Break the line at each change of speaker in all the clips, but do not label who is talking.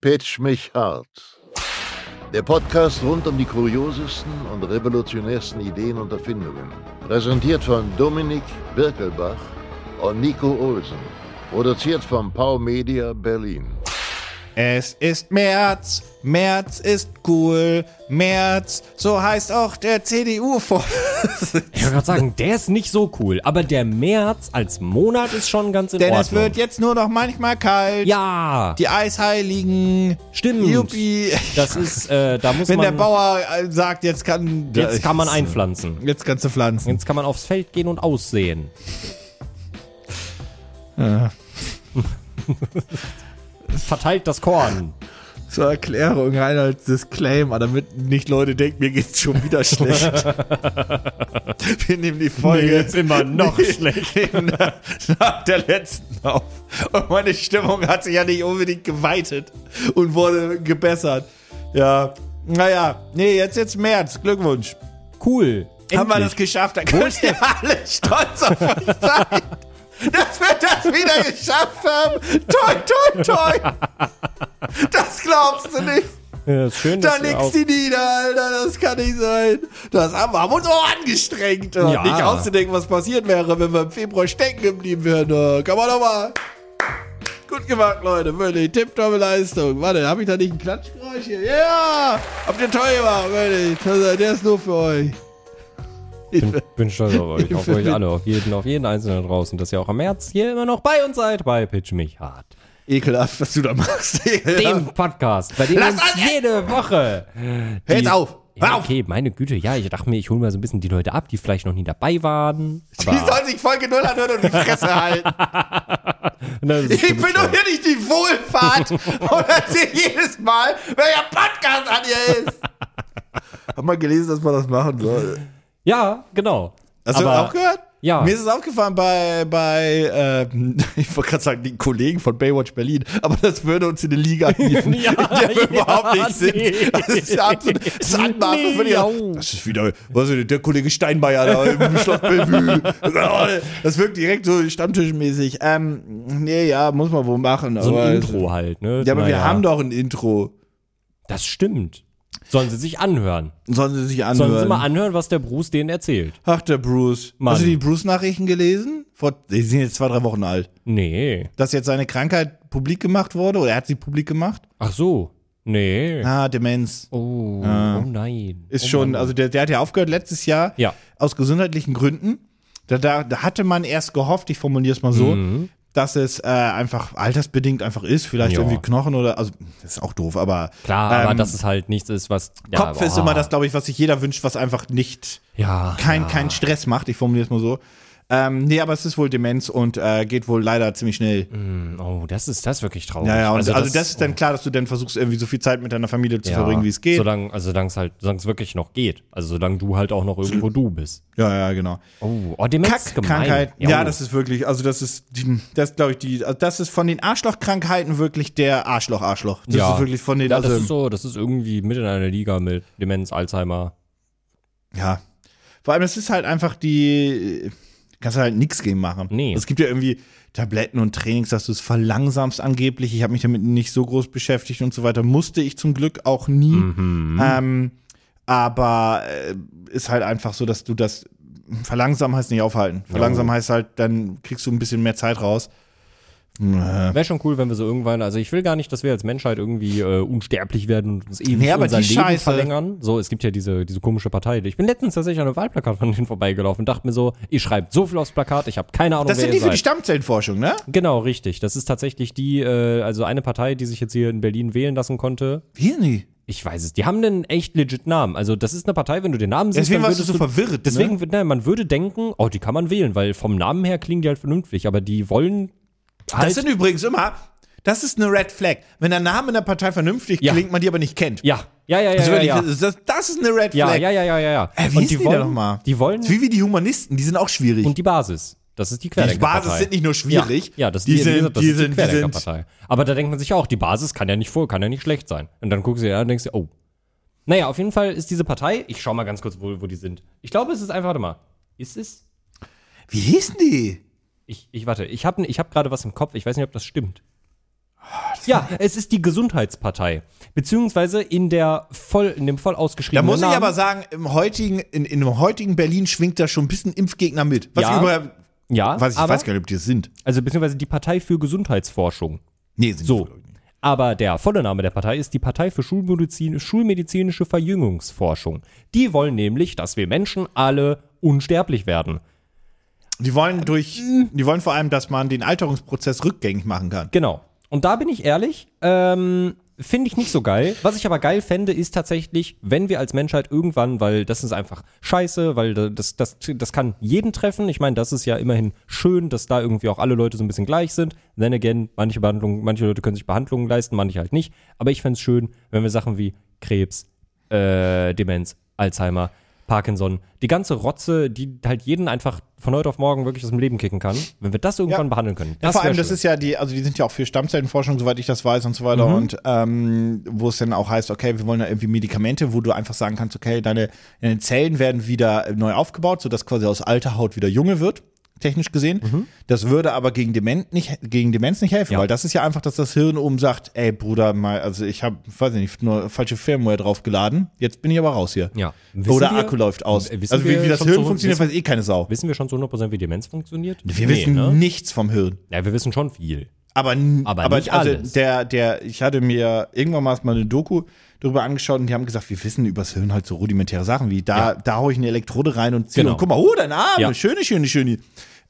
Pitch mich hart. Der Podcast rund um die kuriosesten und revolutionärsten Ideen und Erfindungen. Präsentiert von Dominik Birkelbach und Nico Olsen. Produziert von Pau Media Berlin.
Es ist März, März ist cool, März, so heißt auch der CDU-Vorsitz.
Ich wollte gerade sagen, der ist nicht so cool, aber der März als Monat ist schon ganz in
Denn
Ordnung.
es wird jetzt nur noch manchmal kalt.
ja,
Die Eisheiligen.
stimmt.
Juppie.
Das ist, äh, da muss
Wenn der
man,
Bauer äh, sagt, jetzt kann.
jetzt kann man einpflanzen.
Jetzt kannst du pflanzen.
Jetzt kann man aufs Feld gehen und aussehen. Verteilt das Korn.
Zur Erklärung, rein als Disclaimer, damit nicht Leute denken, mir geht's schon wieder schlecht. Wir nehmen die Folge
Nee, jetzt immer noch schlecht.
nach, nach der letzten auf. Und meine Stimmung hat sich ja nicht unbedingt geweitet und wurde gebessert. Ja, naja, nee, jetzt jetzt März, Glückwunsch.
Cool.
Haben wir das
Endlich.
geschafft, dann könnt ihr alle stolz auf euch sein. Dass wir das wieder geschafft haben. Toi, toi, toi. Das glaubst du nicht.
Ja, ist Äh, schön,
Da
dass ihr
legst
auch-
du nieder, Alter, das kann nicht sein. Das haben wir haben uns auch angestrengt. äh,
Ja.
Nicht auszudenken, was passiert wäre, wenn wir im Februar stecken geblieben wären. äh, Kann man doch mal. Gut gemacht, Leute. Wirklich, tipptoppe Leistung. Warte, habe ich da nicht ein Klatschgeräusch hier? Ja! Habt ihr toll gemacht, wirklich. Das- Also, Der ist nur für euch.
bin stolz auf euch, auf euch alle, auf jeden, auf jeden Einzelnen draußen, dass ihr auch im März hier immer noch bei uns seid, bei Pitch mich hart.
Ekelhaft, was du da machst.
Dem Podcast, bei dem
Lass
uns
an-
jede Woche.
Hör jetzt auf! Hör
Ja,
auf!
okay, meine Güte, ja, ich dachte mir, ich hole mal so ein bisschen die Leute ab, die vielleicht noch nie dabei waren.
Die sollen sich Folge 0 anhören und die Fresse halten. Ich bin doch hier nicht die Wohlfahrt und erzähle jedes Mal, welcher Podcast an ihr ist. Hab mal gelesen, dass man das machen soll.
Ja, genau.
Hast du
Aber-
auch gehört?
Ja.
Mir ist es aufgefallen bei, bei ähm, ich wollte gerade sagen, den Kollegen von Baywatch Berlin, aber das würde uns in eine Liga hieven,
Ja,
in der wir
ja,
überhaupt nicht
nee.
sind. Das ist ja absolut, das ist anmaßend. Das, würde ich,
Nee,
auch- das ist wieder, was ist denn, der Kollege Steinmeier da im Schloss Bellevue. Das wirkt direkt so stammtischmäßig. Ähm, nee, ja, muss man wohl machen.
So
aber
ein
es-
Intro halt, ne?
Ja, aber wir
Naja.
haben doch ein Intro.
Das stimmt. Sollen sie sich anhören.
Sollen sie sich anhören?
Sollen sie mal anhören, was der Bruce denen erzählt.
Ach, der Bruce.
Mann.
Hast du die Bruce-Nachrichten gelesen? Vor, die sind jetzt zwei, drei Wochen alt.
Nee.
dass jetzt seine Krankheit publik gemacht wurde oder er hat sie publik gemacht.
Ach so. Nee.
Ah, Demenz.
Oh, oh nein.
Ist
oh
schon,
Mann.
also der, der hat ja aufgehört letztes Jahr
Ja.
aus gesundheitlichen Gründen. Da, da, da hatte man erst gehofft, ich formuliere es mal so, dass es äh, einfach altersbedingt einfach ist, vielleicht
Mhm. Ja.
irgendwie Knochen oder, also das ist auch doof, aber
Klar, aber
ähm,
dass es halt nichts ist, was. Ja,
Kopf ist
boah.
immer das, glaube ich, was sich jeder wünscht, was einfach nicht
Ja.
kein,
ja.
kein Stress macht, ich formuliere es mal so. Ähm, nee, aber es ist wohl Demenz und äh, geht wohl leider ziemlich schnell.
Oh, das ist das ist wirklich traurig.
Ja, ja, und also, das, ist dann klar, dass du dann versuchst, irgendwie so viel Zeit mit deiner Familie zu
ja,
verbringen, wie es geht.
Solange also solange es halt, solange es wirklich noch geht. Also solange du halt auch noch irgendwo du bist.
Ja, ja, genau.
Oh, oh Demenz ist gemein.
Krankheit. Ja,
oh.
das ist wirklich, also das ist, die- das glaube ich, die, also das ist von den Arschlochkrankheiten wirklich der Arschloch, Arschloch. Das
Ja.
ist wirklich von den,
Ja,
also,
das ist so, das ist irgendwie mit in einer Liga mit Demenz, Alzheimer.
ja. Vor allem, das ist halt einfach die, kannst du halt nichts gegen machen.
Nee.
Es gibt ja irgendwie Tabletten und Trainings, dass du es verlangsamst angeblich. Ich habe mich damit nicht so groß beschäftigt und so weiter. Musste ich zum Glück auch nie.
Mhm.
Ähm, aber äh, ist halt einfach so, dass du das verlangsamen heißt nicht aufhalten. Verlangsamen heißt halt, dann kriegst du ein bisschen mehr Zeit raus.
Wäre schon cool, wenn wir so irgendwann, also ich will gar nicht, dass wir als Menschheit irgendwie äh, unsterblich werden und uns ewig
Nee, aber
unser
die
Leben
Scheiße.
verlängern. So, es gibt ja diese, diese komische Partei. Ich bin letztens tatsächlich an einem Wahlplakat von denen vorbeigelaufen und dachte mir so, ihr schreibt so viel aufs Plakat, ich habe keine Ahnung,
Das
wer
sind die
ihr
für die
seid.
Stammzellenforschung, ne?
genau, richtig. Das ist tatsächlich die, äh, also eine Partei, die sich jetzt hier in Berlin wählen lassen konnte.
Wie nie.
Ich weiß es. Die haben einen echt legit Namen. Also das ist eine Partei, wenn du den Namen siehst,
Deswegen
dann
warst du
würdest
so verwirrt.
Deswegen,
ne?
wür- nein, man würde denken, oh, die kann man wählen, weil vom Namen her klingen die halt vernünftig, aber die wollen halt.
Das sind übrigens immer, das ist eine Red Flag. Wenn der Name einer Partei vernünftig
Ja.
klingt, man die aber nicht kennt.
ja, ja, ja, ja,
Das,
ja,
würde ich-
ja.
das, das, das ist eine Red
ja,
Flag.
ja, ja, ja, ja, ja.
Äh, wie hießen
und die
die
wollen
denn noch mal?
Die wollen
Das ist Wie wie die Humanisten, die sind auch schwierig.
und die Basis. Das ist die
die
Querdenkerpartei.
Basis sind nicht nur schwierig.
Ja, ja das,
die,
wie
sind,
gesagt, das
die,
ist die
sind, die sind,
Querdenkerpartei. Aber da denkt man sich auch, die Basis kann ja nicht voll, kann ja nicht schlecht sein. Und dann guckst du dir an und denkst dir, oh. Naja, auf jeden Fall ist diese Partei, ich schau mal ganz kurz, wo, wo die sind. Ich glaube, es ist einfach, warte mal, ist es?
Wie hießen die?
Ich, ich warte, ich habe ich hab gerade was im Kopf, ich weiß nicht, ob das stimmt.
Ah,
Ja, es ist die Gesundheitspartei. Beziehungsweise in der voll, in dem voll
Da
ausgeschriebenen
muss ich
Namen.
aber sagen, im heutigen, in, in dem heutigen Berlin schwingt da schon ein bisschen Impfgegner mit. Was
Ja.
ich, überhaupt-
ja,
weiß, ich
aber,
weiß gar nicht, ob die das sind.
also beziehungsweise die Partei für Gesundheitsforschung.
Nee, sind
So.
die wohl nicht.
Aber der volle Name der Partei ist die Partei für Schulmedizin, Schulmedizinische Verjüngungsforschung. Die wollen nämlich, dass wir Menschen alle unsterblich werden.
Die wollen durch, die wollen vor allem, dass man den Alterungsprozess rückgängig machen kann.
Genau. Und da bin ich ehrlich, ähm, finde ich nicht so geil. Was ich aber geil fände, ist tatsächlich, wenn wir als Menschheit irgendwann, weil das ist einfach scheiße, weil da- das, das, das kann jeden treffen. Ich meine, das ist ja immerhin schön, dass da irgendwie auch alle Leute so ein bisschen gleich sind. Then again, manche Behandlungen, manche Leute können sich Behandlungen leisten, manche halt nicht. Aber ich fände es schön, wenn wir Sachen wie Krebs, äh, Demenz, Alzheimer, Parkinson, die ganze Rotze, die halt jeden einfach von heute auf morgen wirklich aus dem Leben kicken kann, wenn wir das irgendwann
Ja.
behandeln können.
Ja, vor
wär
allem, das
schön. Mhm.
ist ja die, also die sind ja auch für Stammzellenforschung, soweit ich das weiß und so weiter. Und ähm, wo es dann auch heißt, okay, wir wollen da irgendwie Medikamente, wo du einfach sagen kannst, okay, deine, deine Zellen werden wieder äh, neu aufgebaut, sodass quasi aus alter Haut wieder junge wird, technisch gesehen. Das würde aber gegen, Dement nicht, gegen Demenz nicht helfen,
Mhm. Ja.
weil das ist ja einfach, dass das Hirn oben sagt, ey Bruder, mal, also ich habe, weiß ich nicht, nur falsche Firmware draufgeladen, jetzt bin ich aber raus hier.
Ja. Wissen
Oder
wir-
Akku läuft aus.
Äh, wissen
Also wie,
wir
wie das
schon
Hirn
zu-
funktioniert,
wissen-
weiß eh keine Sau.
Wissen wir schon zu 100% wie Demenz funktioniert?
Wir wissen
ne?
nichts vom Hirn.
Ja, wir wissen schon viel.
Aber, n-
Aber nicht alles.
der, der, ich hatte mir irgendwann mal mal eine Doku darüber angeschaut und die haben gesagt, wir wissen übers Hirn halt so rudimentäre Sachen wie da, da hau ich eine Elektrode rein und ziehe
Genau.
und guck mal, oh, dein Arm,
Ja.
schöne, schöne, schöne.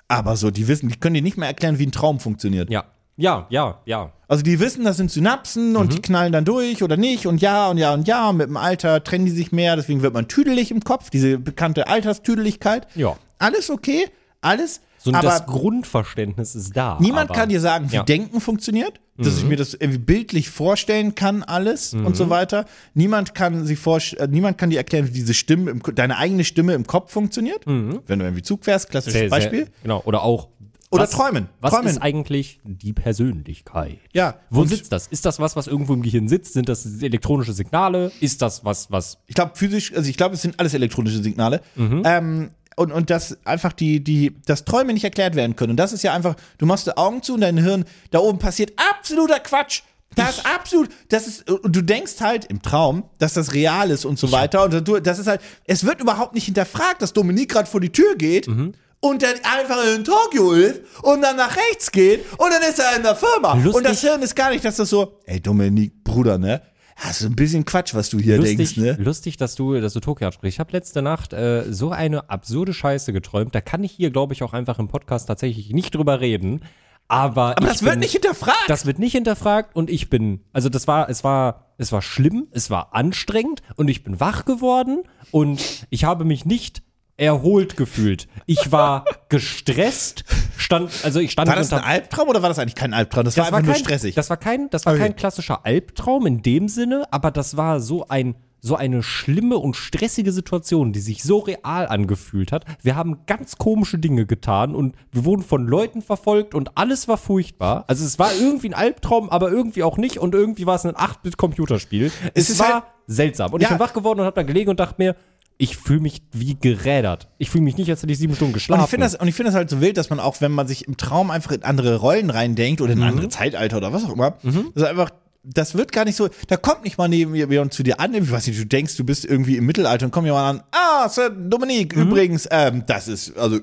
Aber so, die wissen, die können dir nicht mehr erklären, wie ein Traum funktioniert.
Ja, ja, ja, ja.
Also die wissen, das sind Synapsen und
Mhm.
die knallen dann durch oder nicht und ja und ja und ja. Und mit dem Alter trennen die sich mehr, deswegen wird man tüdelig im Kopf, diese bekannte Alterstüdeligkeit.
Ja.
Alles okay, alles.
So
aber
das Grundverständnis ist da.
Niemand
aber-
kann dir sagen, wie
Ja. Mhm.
Denken funktioniert, dass ich mir das irgendwie bildlich vorstellen kann, alles und so weiter. Niemand kann sie vorst- äh, niemand kann dir erklären, wie diese Stimme, im, Ko- deine eigene Stimme im Kopf funktioniert. Wenn du irgendwie Zug wärst, klassisches
Mhm. Sehr, sehr-
Beispiel.
Genau, oder auch.
Oder träumen.
Was
träumen.
ist eigentlich die Persönlichkeit?
ja,
Wo
und
sitzt das? Ist das was, was irgendwo im Gehirn sitzt? Sind das elektronische Signale? Ist das was, was.
ich glaube physisch, also ich glaube, es sind alles elektronische Signale.
Mhm.
Ähm, und, und dass einfach die, die, das Träume nicht erklärt werden können. Und das ist ja einfach, du machst die Augen zu und dein Hirn, da oben passiert absoluter Quatsch. Das ist absolut, das ist, und du denkst halt im Traum, dass das real ist und so weiter. Und du, das ist halt, es wird überhaupt nicht hinterfragt, dass Dominik gerade vor die Tür geht
Mhm.
und dann einfach in Tokio ist und dann nach rechts geht und dann ist er in der Firma. Und das
Lustig.
Hirn ist gar nicht, dass das so, ey Dominik, Bruder, ne? Hast du ein bisschen Quatsch, was du hier denkst,
Lustig,
ne?
lustig, dass du, dass du Tokio ansprichst. Ich habe letzte Nacht äh, so eine absurde Scheiße geträumt. Da kann ich hier, glaube ich, auch einfach im Podcast tatsächlich nicht drüber reden. Aber,
Aber
ich
das wird
bin-
nicht hinterfragt.
Das wird nicht hinterfragt und ich bin, also das war, es war, es war schlimm, es war anstrengend und ich bin wach geworden und ich habe mich nicht erholt gefühlt. Ich war gestresst, stand, also ich stand
war das ein
unter
Albtraum oder war das eigentlich kein Albtraum? Das, war einfach nur
kein,
stressig.
Das war kein, das war
Okay.
kein klassischer Albtraum in dem Sinne, aber das war so ein so eine schlimme und stressige Situation, die sich so real angefühlt hat. Wir haben ganz komische Dinge getan und wir wurden von Leuten verfolgt und alles war furchtbar. Also es war irgendwie ein Albtraum, aber irgendwie auch nicht und irgendwie war es ein 8-Bit-Computerspiel. Es,
Es ist
war
halt-
seltsam. Und ich
Ja.
bin wach geworden und habe da gelegen und dachte mir, ich fühle mich wie gerädert. Ich fühle mich nicht, als hätte ich sieben Stunden
und
geschlafen.
ich finde das, und ich finde das halt so wild, dass man auch, wenn man sich im Traum einfach in andere Rollen reindenkt oder in
Mhm.
andere Zeitalter oder was auch immer, das ist einfach, das wird gar nicht so, da kommt nicht mal neben jemand zu dir an, ich weiß nicht, du denkst, du bist irgendwie im Mittelalter und kommt jemand an, ah, Sir Dominik,
Mhm.
übrigens, ähm, das ist, also,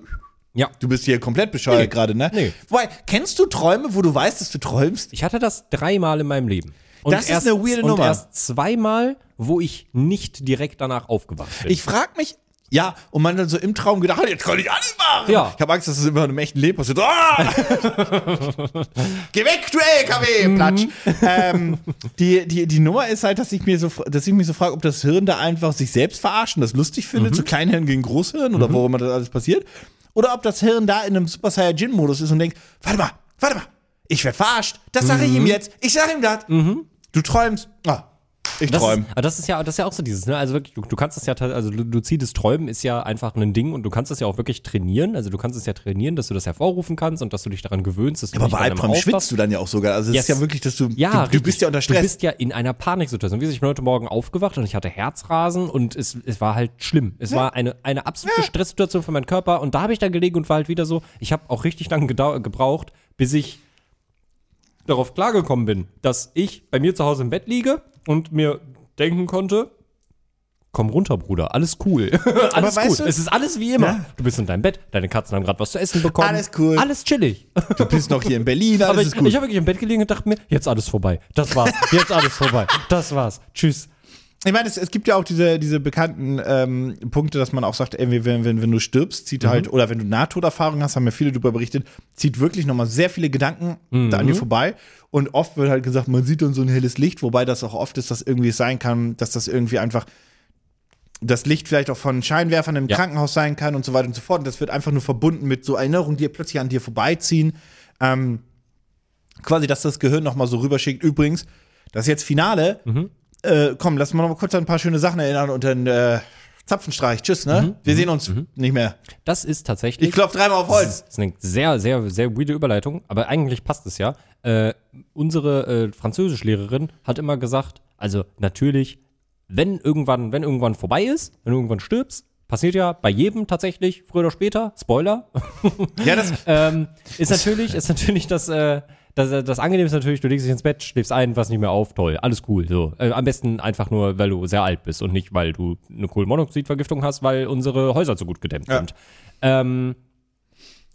ja.
du bist hier komplett bescheuert
Nee.
gerade, ne?
Nee.
Wobei, kennst du Träume, wo du weißt, dass du träumst?
Ich hatte das dreimal in meinem Leben. Und
Das ist eine weirde
und
Nummer.
erst zweimal, wo ich nicht direkt danach aufgewacht bin.
Ich frag mich, ja, und man dann so im Traum gedacht, ah, jetzt kann ich alles machen.
Ja.
Ich habe Angst, dass es immer im echten Leben passiert. Ah! Geh weg, du LKW!
Mhm.
Platsch. ähm, die, die, die Nummer ist halt, dass ich mir so, dass ich mich so frage, ob das Hirn da einfach sich selbst verarschen, das lustig findet,
Mhm.
so Kleinhirn gegen Großhirn oder wo immer das alles passiert. Oder ob das Hirn da in einem Super Saiyajin-Modus ist und denkt, warte mal, warte mal, ich werd verarscht. Das sage ich
Mhm.
ihm jetzt. Ich sage ihm das. Du träumst. Ah, ich
das
träum.
ist, aber das ist ja, das ist ja auch so dieses, ne? Also wirklich, du, du kannst das ja, teil- also lu- luzides Träumen ist ja einfach ein Ding und du kannst das ja auch wirklich trainieren. Also du kannst es ja trainieren, dass du das hervorrufen kannst und dass du dich daran gewöhnst, dass du
Aber
nicht
bei
an einem
Albtraum
aufwachst.
schwitzt du dann ja auch sogar. Also es
Yes.
ist ja wirklich, dass du,
Ja,
du, du
richtig.
bist ja unter Stress.
Du bist ja in einer Paniksituation. Wie gesagt, Ich bin heute Morgen aufgewacht und ich hatte Herzrasen und es, es war halt schlimm. Es war eine, eine absolute Stresssituation für meinen Körper und da habe ich da gelegen und war halt wieder so, ich habe auch richtig lange gedau- gebraucht, bis ich darauf klargekommen bin, dass ich bei mir zu Hause im Bett liege und mir denken konnte, komm runter, Bruder, alles cool. alles
Aber weißt
cool.
du-
es ist alles wie immer.
Ja.
Du bist in deinem Bett, deine Katzen haben gerade was zu essen bekommen.
Alles cool.
Alles chillig.
Du bist noch hier in Berlin, alles
Aber ich,
ist gut.
ich habe wirklich im Bett gelegen und dachte mir, jetzt alles vorbei. Das war's. Jetzt alles vorbei. Das war's. Tschüss.
Ich meine, es, es gibt ja auch diese, diese bekannten ähm, Punkte, dass man auch sagt, ey, wenn, wenn, wenn du stirbst, zieht halt, oder wenn du Nahtoderfahrungen hast, haben ja viele darüber berichtet, zieht wirklich nochmal sehr viele Gedanken da an dir vorbei. Und oft wird halt gesagt, man sieht dann so ein helles Licht, wobei das auch oft ist, dass irgendwie es sein kann, dass das irgendwie einfach das Licht vielleicht auch von Scheinwerfern im
Ja.
Krankenhaus sein kann und so weiter und so fort. Und das wird einfach nur verbunden mit so Erinnerungen, die plötzlich an dir vorbeiziehen. Ähm, quasi, dass das Gehirn nochmal so rüberschickt. Übrigens, das ist jetzt Finale. Äh, komm, lass mal noch kurz an ein paar schöne Sachen erinnern und dann äh, Zapfenstreich. Tschüss, ne?
Mhm,
Wir sehen uns nicht mehr.
Das ist tatsächlich.
Ich klopf dreimal auf Holz.
Das ist eine sehr, sehr, sehr weirde Überleitung, aber eigentlich passt es ja. Äh, unsere äh, Französischlehrerin hat immer gesagt, also natürlich, wenn irgendwann, wenn irgendwann vorbei ist, wenn du irgendwann stirbst, passiert ja bei jedem tatsächlich, früher oder später, Spoiler,
Ja, das,
ähm, ist natürlich, ist natürlich das, äh, das, das Angenehme ist natürlich, du legst dich ins Bett, schläfst ein, was nicht mehr auf, toll, alles cool. So. Äh, am besten einfach nur, weil du sehr alt bist und nicht, weil du eine Kohlenmonoxidvergiftung hast, weil unsere Häuser so gut gedämmt
Ja.
sind. Ähm,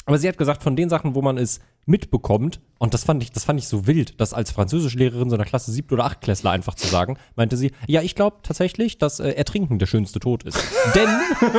aber sie hat gesagt, von den Sachen, wo man es mitbekommt, und das fand ich, das fand ich so wild, das als Französischlehrerin so einer Klasse siebte oder achtklässler einfach zu sagen, meinte sie, ja, ich glaube tatsächlich, dass äh, Ertrinken der schönste Tod ist. Denn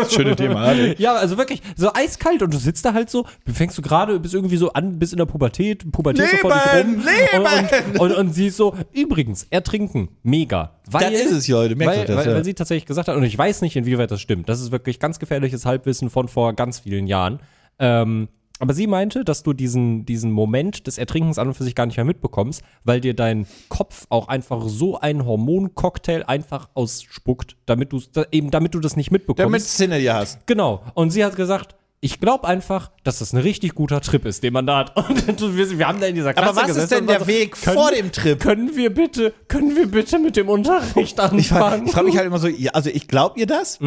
schöne Thema.
ja, also wirklich, so eiskalt und du sitzt da halt so, fängst du gerade, bist irgendwie so an, bist in der Pubertät, Pubertät ist sofort nicht rum.
Leben, Leben!
Und, und, und, und sie ist so, übrigens, ertrinken, mega. Weil,
ist es ja heute, merkst
weil,
du das,
weil,
ja.
weil sie tatsächlich gesagt hat, und ich weiß nicht, inwieweit das stimmt, das ist wirklich ganz gefährliches Halbwissen von vor ganz vielen Jahren. Ähm, aber sie meinte, dass du diesen, diesen Moment des Ertrinkens an und für sich gar nicht mehr mitbekommst, weil dir dein Kopf auch einfach so einen Hormoncocktail einfach ausspuckt, damit du eben damit du das nicht mitbekommst.
Damit es hinter dir hast.
Genau. Und sie hat gesagt, ich glaube einfach, dass das ein richtig guter Trip ist, den man da hat. Und wir, wir haben da in dieser Klasse
Aber was
gesessen
ist denn
und waren
der
so,
Weg
können,
vor dem Trip?
Können wir bitte, können wir bitte mit dem Unterricht
Ich frage
anfangen?
ich frag mich halt immer so, ja, also ich glaub ihr das?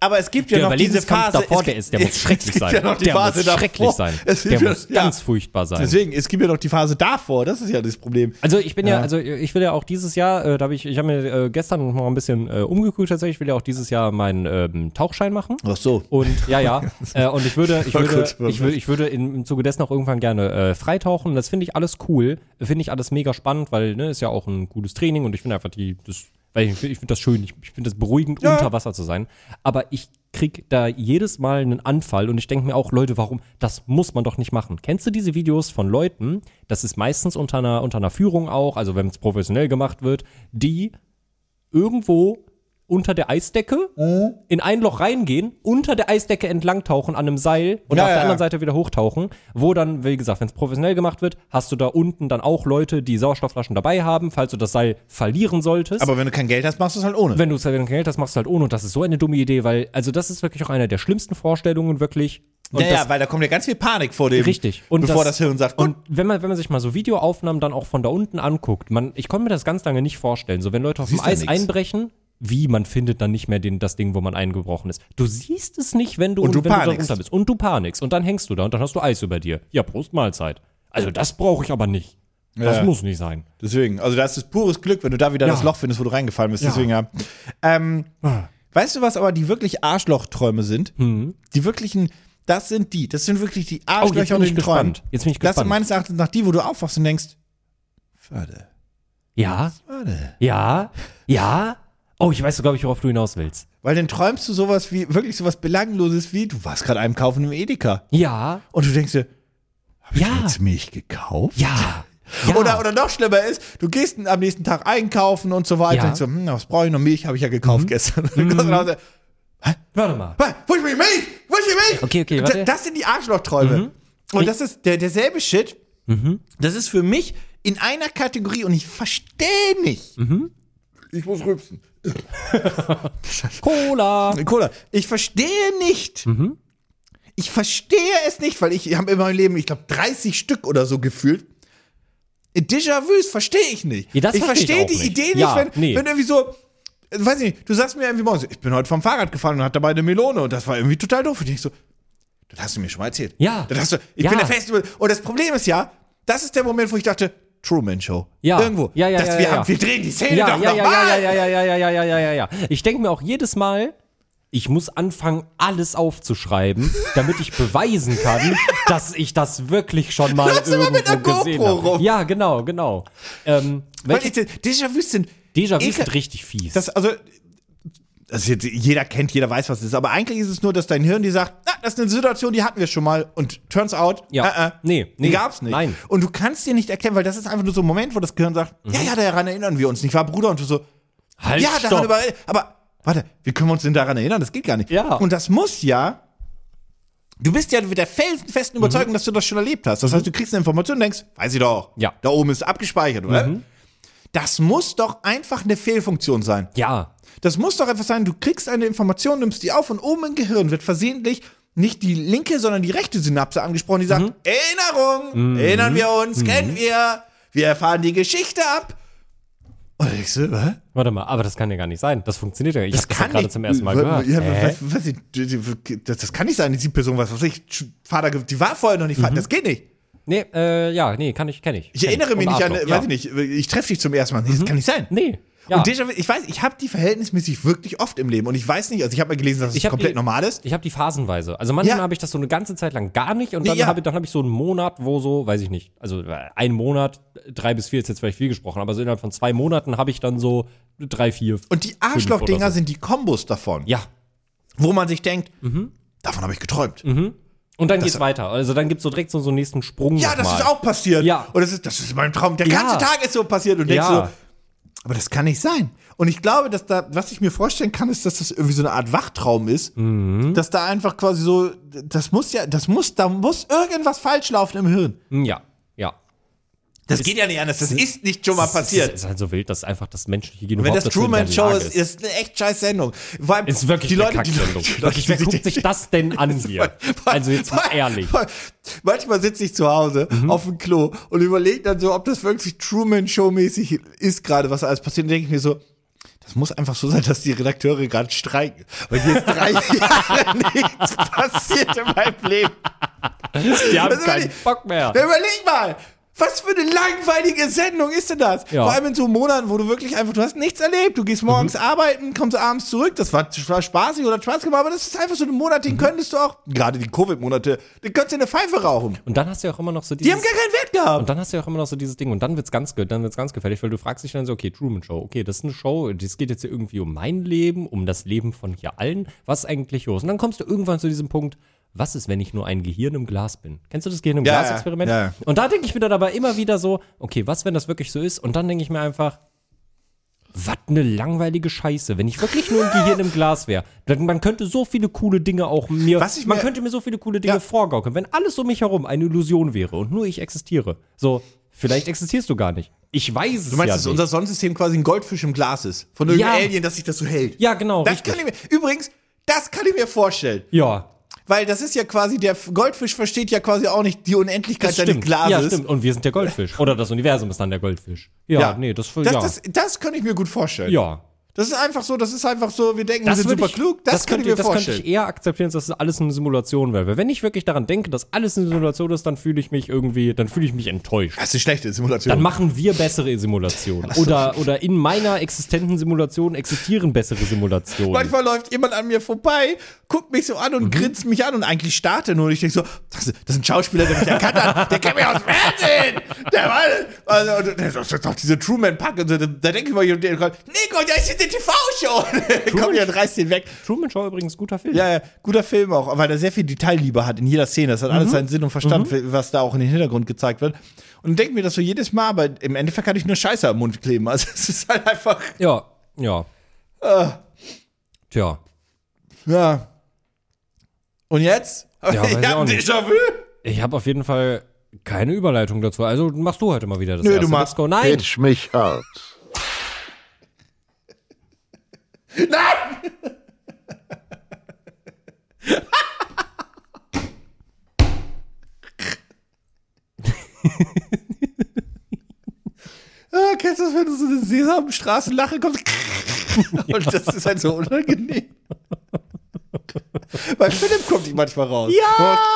Aber es gibt ja
der
noch diese
Überlebenskampf
Phase.
davor,
es,
der ist, der muss
es
schrecklich
gibt
sein.
Ja noch die
der
Phase
muss
davor.
schrecklich sein.
Es gibt
Der
ja-
muss
ja.
ganz furchtbar sein.
Deswegen, es gibt ja noch die Phase davor. Das ist ja das Problem.
Also ich bin ja,
Ja.
also ich will ja auch dieses Jahr, äh, da habe ich, ich habe mir äh, gestern noch mal ein bisschen äh, umgeguckt tatsächlich, ich will ja auch dieses Jahr meinen ähm, Tauchschein machen.
Ach so.
Und ja, ja. äh, und ich würde, ich
War
würde,
kurz
ich würde, ich würde in, im Zuge dessen auch irgendwann gerne äh, freitauchen. Das finde ich alles cool, finde ich alles mega spannend, weil ne, ist ja auch ein gutes Training und ich finde einfach die, das, weil ich, ich finde das schön, ich, ich finde das beruhigend, unter Wasser zu sein. Aber ich krieg da jedes Mal einen Anfall und ich denke mir auch, Leute, warum? Das muss man doch nicht machen. Kennst du diese Videos von Leuten? Das ist meistens unter einer, unter einer Führung auch, also wenn es professionell gemacht wird, die irgendwo unter der Eisdecke
Mhm.
in ein Loch reingehen, unter der Eisdecke entlangtauchen an einem Seil und
Ja,
auf
ja,
der anderen
ja.
Seite wieder hochtauchen, wo dann, wie gesagt, wenn es professionell gemacht wird, hast du da unten dann auch Leute, die Sauerstoffflaschen dabei haben, falls du das Seil verlieren solltest.
Aber wenn du kein Geld hast, machst du es halt ohne.
wenn du es wenn du kein Geld hast, machst du halt ohne und das ist so eine dumme Idee, weil, also das ist wirklich auch eine der schlimmsten Vorstellungen, wirklich. Und
naja,
das-
weil da kommt ja ganz viel Panik vor dem.
Richtig. Und
bevor das,
das-
Hirn sagt, und
und wenn man, wenn man sich mal so Videoaufnahmen dann auch von da unten anguckt, man, ich konnte mir das ganz lange nicht vorstellen. So, wenn Leute auf dem
siehst ja
Eis
nix.
einbrechen, wie man findet dann nicht mehr den, das Ding, wo man eingebrochen ist. Du siehst es nicht, wenn du,
Und du
wenn da
panikst.
runter bist. Und du panikst. Und dann hängst du da und dann hast du Eis über dir. Ja, Prost Mahlzeit. Also das brauche ich aber nicht. Das
Ja.
muss nicht sein.
deswegen, also das ist pures Glück, wenn du da wieder
Ja.
das Loch findest, wo du reingefallen bist. Deswegen ja. Ähm, Weißt du, was aber die wirklich Arschlochträume sind? Die wirklichen, das sind die, das sind wirklich die Arschlöcher
Hm. Oh,
und
bin ich
den Träumen.
gespannt. Jetzt bin ich
Das sind
gespannt.
meines Erachtens nach die, wo du aufwachst und denkst, Förde,
Ja,
Förde.
ja, ja. Oh, ich weiß, glaube ich, worauf du hinaus willst.
Weil dann träumst du sowas wie, wirklich sowas Belangloses wie, du warst gerade einkaufen im Edeka.
Ja,
Und du denkst dir, hab ich
Ja.
jetzt Milch gekauft?
Ah. ja. ja.
Oder, oder noch schlimmer ist, du gehst am nächsten Tag einkaufen und so weiter.
Ja. Mhm.
Und so, hm, was brauche ich noch? Milch habe ich ja gekauft gestern. Und dann kommst du nach Hause,
Warte mal.
"Hä, wo ist meine Milch? Wo ist die Milch?
Okay, okay,
Da-
warte. Mhm.
Das sind die Arschlochträume. Und das ist der, derselbe Shit. Das ist für mich in einer Kategorie und ich verstehe nicht.
Mhm.
Ich muss rübsen.
Cola.
Cola, ich verstehe nicht.
Mhm.
Ich verstehe es nicht, weil ich habe in meinem Leben, ich glaube, 30 Stück oder so gefühlt. Déjà-vus verstehe ich nicht.
Ja, das
ich
verstehe ich
verstehe
auch
die
nicht.
Idee nicht,
Ja,
wenn,
nee.
wenn irgendwie so, äh, weiß ich nicht, du sagst mir irgendwie morgens, ich bin heute vom Fahrrad gefahren und hatte dabei eine Melone und das war irgendwie total doof. Und ich so, das hast du mir schon mal erzählt.
Ja.
Das hast du, ich
Ja.
bin der festen Über- Und das Problem ist ja, das ist der Moment, wo ich dachte, Truman Show.
Ja.
Irgendwo.
Ja, ja,
dass
ja,
wir,
ja,
haben,
ja.
wir drehen die Szene
Ja,
doch
ja, ja,
nochmal.
ja, ja, ja, ja, ja, ja, ja, ja, ja, ja. Ich denke mir auch jedes Mal, ich muss anfangen, alles aufzuschreiben, damit ich beweisen kann, dass ich das wirklich schon mal
Läufst immer
irgendwo
mit einer
gesehen
GoPro
habe.
rum.
Ja, genau, genau. Ähm,
Weil
welche
ich, Déjà-vus sind
Déjà-vu
ekel-
sind richtig fies.
Das, also, das ist jetzt, jeder kennt, jeder weiß, was es ist. Aber eigentlich ist es nur, dass dein Hirn dir sagt, ah, das ist eine Situation, die hatten wir schon mal. Und turns out,
Ja.
äh, äh,
Nee,
die
nee,
gab's nicht.
nein. Mhm.
Und du kannst dir nicht erklären, weil das ist einfach nur so ein Moment, wo das Gehirn sagt, ja, ja, daran erinnern wir uns nicht, war Bruder? Und du so,
halt,
ja, daran
stopp.
über, aber warte, wie können wir uns denn daran erinnern? Das geht gar nicht.
Ja.
Und das muss ja, du bist ja mit der felsenfesten
Mhm.
Überzeugung, dass du das schon erlebt hast. Das heißt, du kriegst eine Information und denkst, weiß ich doch,
Ja. Mhm.
da oben ist abgespeichert, oder? Das muss doch einfach eine Fehlfunktion sein.
Ja,
Das muss doch einfach sein, du kriegst eine Information, nimmst die auf und oben im Gehirn wird versehentlich nicht die linke, sondern die rechte Synapse angesprochen, die sagt,
Mhm.
Erinnerung, erinnern wir uns, kennen wir, wir erfahren die Geschichte ab. Und ich so, hä?
warte mal, aber das kann ja gar nicht sein. Das funktioniert ja. Ich habe das ja gerade zum ersten Mal
Wa-
gehört.
Ja,
Hä?
was, was, das, das kann nicht sein, dass die Person, was weiß ich, Vater, die war vorher noch nicht Vater, das geht nicht.
Nee, äh, ja, nee, kann ich, kenne ich.
Ich
Mhm. Kenn
erinnere mich
Und
nicht an,
Arschloch,
weiß
ja. Mhm.
ich nicht, ich treffe dich zum ersten Mal, das kann nicht sein.
Nee, ja.
Und Déjà-vu, ich weiß, ich habe die verhältnismäßig wirklich oft im Leben und ich weiß nicht, also ich habe mal gelesen, dass es
Ich hab-
komplett normal ist.
Ich habe die phasenweise. Also manchmal
Ja.
habe ich das so eine ganze Zeit lang gar nicht und
Nee,
dann
ja.
habe ich, dann hab ich so einen Monat, wo so, weiß ich nicht, also äh, ein Monat, drei bis vier ist jetzt vielleicht viel gesprochen, aber so innerhalb von zwei Monaten habe ich dann so drei, vier.
Und die Arschloch-Dinger
oder so.
sind die Kombos davon,
Ja.
wo man sich denkt,
Mhm.
davon habe ich geträumt.
Und dann geht's weiter. Also dann gibt's so direkt so, so einen nächsten Sprung.
Ja, das
nochmal.
ist auch passiert.
Ja.
Und das ist, das ist mein Traum. Der
Ja.
ganze Tag ist so passiert und denkst
Ja.
so, aber das kann nicht sein. Und ich glaube, dass da, was ich mir vorstellen kann, ist, dass das irgendwie so eine Art Wachtraum ist,
Mhm.
dass da einfach quasi so, das muss ja, das muss, da muss irgendwas falsch laufen im Hirn.
Hm, Ja. Ja.
Das geht ja nicht anders. Das ist nicht schon mal
Es
passiert.
ist, ist halt so wild, dass einfach das menschliche Genom
Wenn das
überhaupt dazu in der
Truman Show
Lage
ist, ist eine echt scheiß Sendung. Vor allem
Ist wirklich
die Leute,
eine
die Leute,
Kacksendung.
die Leute,
Wirklich, wer guckt sich das denn an hier? Also jetzt mal ehrlich. Mhm.
Manchmal sitze ich zu Hause auf dem Klo und überlege dann so, ob das wirklich Truman-Show-mäßig ist gerade, was alles passiert. Und denke ich mir so, das muss einfach so sein, dass die Redakteure gerade streiken. Weil hier ist drei Jahre nichts passiert in meinem Leben.
Die haben
Das
keinen
ist-
Bock mehr.
Ja, überleg mal! Was für eine langweilige Sendung ist denn das?
Ja.
Vor allem in so Monaten, wo du wirklich einfach, du hast nichts erlebt. Du gehst morgens arbeiten, kommst abends zurück. Das war, war spaßig oder hat Spaß gemacht, aber das ist einfach so ein Monat, den könntest du auch, gerade die Covid-Monate, den könntest du eine Pfeife rauchen.
Und dann hast du ja auch immer noch so dieses.
Die haben gar keinen Wert gehabt.
Und dann hast du ja auch immer noch so dieses Ding und dann wird's ganz, ge- dann wird's ganz gefährlich, weil du fragst dich dann so, okay, Truman Show, okay, das ist eine Show, das geht jetzt hier irgendwie um mein Leben, um das Leben von hier allen, was ist eigentlich los? Und dann kommst du irgendwann zu diesem Punkt, was ist, wenn ich nur ein Gehirn im Glas bin? Kennst du das Gehirn im
Ja, ja,
Glas-Experiment?
ja, ja.
Und da denke ich mir dann aber immer wieder so, okay, was, wenn das wirklich so ist? Und dann denke ich mir einfach, was eine langweilige Scheiße, wenn ich wirklich nur ein Gehirn im Glas wäre. Dann, man könnte so viele coole Dinge auch mir,
Was ich
man
mir-
könnte mir so viele coole Dinge
Ja.
vorgaukeln. Wenn alles um mich herum eine Illusion wäre und nur ich existiere, so, vielleicht existierst du gar nicht. Ich weiß es
Du meinst,
ja
dass
nicht.
unser Sonnensystem quasi ein Goldfisch im Glas ist? Von irgendeinem
Ja.
Alien, dass sich das so hält?
ja, genau,
Das
richtig.
kann ich mir, übrigens, das kann ich mir vorstellen.
ja,
Weil das ist ja quasi, der Goldfisch versteht ja quasi auch nicht die Unendlichkeit
das
seines
stimmt.
Glases.
Ja, stimmt. Und wir sind der Goldfisch. Oder das Universum ist dann der Goldfisch. Ja, nee, das,
das,
ja.
das, das könnte ich mir gut vorstellen.
ja.
Das ist einfach so, das ist einfach so, wir denken, wir sind
würde
super klug, das, könnte ich mir
das
vorstellen.
könnte ich eher akzeptieren, dass das alles eine Simulation wäre. Weil wenn ich wirklich daran denke, dass alles eine Simulation ist, dann fühle ich mich irgendwie, dann fühle ich mich enttäuscht.
das ist eine schlechte Simulation.
Dann machen wir bessere Simulationen. Oder, oder in meiner existenten Simulation existieren bessere Simulationen.
Manchmal läuft jemand an mir vorbei, guckt mich so an und grinst mich an und eigentlich starte nur. Und ich denke so, das, das ist ein Schauspieler, der mich erkannt hat, der kennt mich aus dem Fernsehen. Der war, also, und, das ist doch diese Truman-Pack und so. Da, da denke ich mal, der kommt, Nico, da ist diese TV-Show. Komm, ja, und reißt den weg.
Truman Show übrigens guter Film.
Ja, ja, guter Film auch, weil er sehr viel Detailliebe hat in jeder Szene. Das hat
Mhm.
alles seinen Sinn und Verstand, was da auch in den Hintergrund gezeigt wird. Und denk mir das so jedes Mal, aber im Endeffekt kann ich nur Scheiße am Mund kleben. Also es ist halt einfach,
Ja, ja. Ah. Tja,
ja. Und jetzt?
Ja, weiß ich
ich
auch
hab ein
nicht.
Déjà-vu.
ich habe auf jeden Fall keine Überleitung dazu. Also machst du heute mal wieder das
Nö, du
erste.
machst-
Let's go. Nein,
Pitch mich hart.
Nein! ah, kennst du das, wenn du so eine Sesamstraßenlache kommst? Und das ist halt so unangenehm. Bei Philipp kommt die manchmal raus. Ja!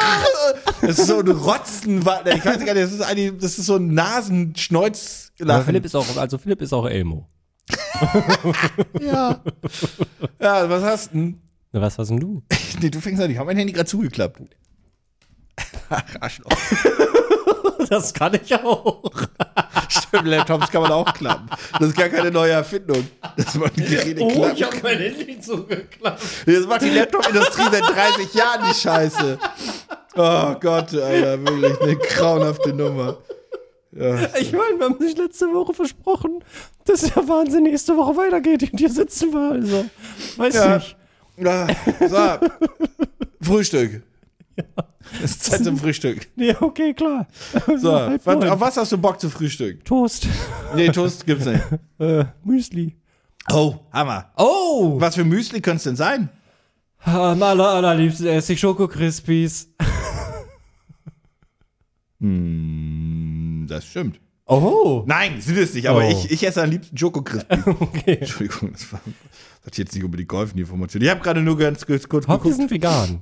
Das ist so ein Rotzen. Ich weiß gar nicht, das ist, eigentlich, das ist so ein
Aber
Nasenschneuzlachen.
Philipp ist auch, also Philipp ist auch Elmo.
Ja. Ja, was hast du denn?
Na, Was hast denn du?
Nee, du fängst an, ich habe mein Handy gerade zugeklappt. Ach, Arschloch.
Das kann ich auch.
Stimmt, Laptops kann man auch klappen. Das ist gar keine neue Erfindung. Dass man die Geräte klappt.
habe Oh, mein Handy zugeklappt.
Das macht die Laptop-Industrie seit 30 Jahren die Scheiße. Oh Gott, Alter, wirklich eine grauenhafte Nummer. Ja.
Ich meine, wir haben sich letzte Woche versprochen, dass der Wahnsinn nächste Woche weitergeht. Und hier sitzen wir also. Weiß
Ja.
nicht.
Ah, So. Frühstück. Es ist Zeit zum Frühstück.
Ja, okay, klar.
So,
Halb
was,
neun.
auf was hast du Bock zu Frühstück?
Toast.
Nee, Toast gibt's nicht.
Äh, Müsli.
Oh, Hammer.
Oh!
Was für Müsli könnte es denn sein?
Am aller, allerliebsten esse ich Schoko-Crispies.
Hm, Das stimmt.
Oh!
Nein, sind es nicht, aber
Oh.
ich, ich esse am liebsten Joko Crispy.
Okay.
Entschuldigung, das war. Das hat jetzt nicht unbedingt geholfen, die Information. Ich habe gerade nur ganz kurz, kurz
Hoppy
geguckt.
sind vegan.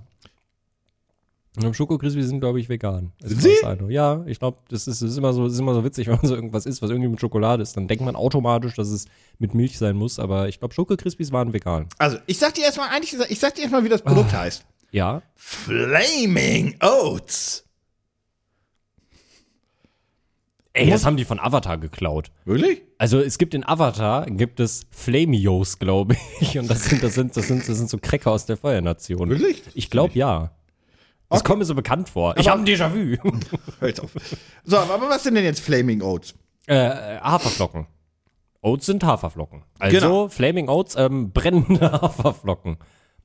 Und Schokokrispi sind, glaube ich, vegan. Das
Sind
ist
sie?
das eine. Ja, ich glaube, das ist, das ist immer so, das ist immer so witzig, wenn man so irgendwas isst, was irgendwie mit Schokolade ist. Dann denkt man automatisch, dass es mit Milch sein muss, aber ich glaube, Schokokrispis waren vegan.
Also, ich sag dir erstmal, eigentlich, ich sag dir erstmal, wie das Produkt
Oh.
heißt.
Ja.
Flaming Oats.
Ey, das haben die von Avatar geklaut.
Wirklich?
Also es gibt in Avatar gibt es Flamios, glaube ich. Und das sind, das sind, das sind, das sind so Cracker aus der Feuernation.
Wirklich?
Ich glaube ja. Das kommt mir so bekannt vor. Ich habe ein Déjà-vu.
Hör jetzt auf. So, aber was sind denn jetzt Flaming Oats?
Äh, Haferflocken. Oats sind Haferflocken. Also
Genau.
Flaming Oats, ähm, brennende Haferflocken.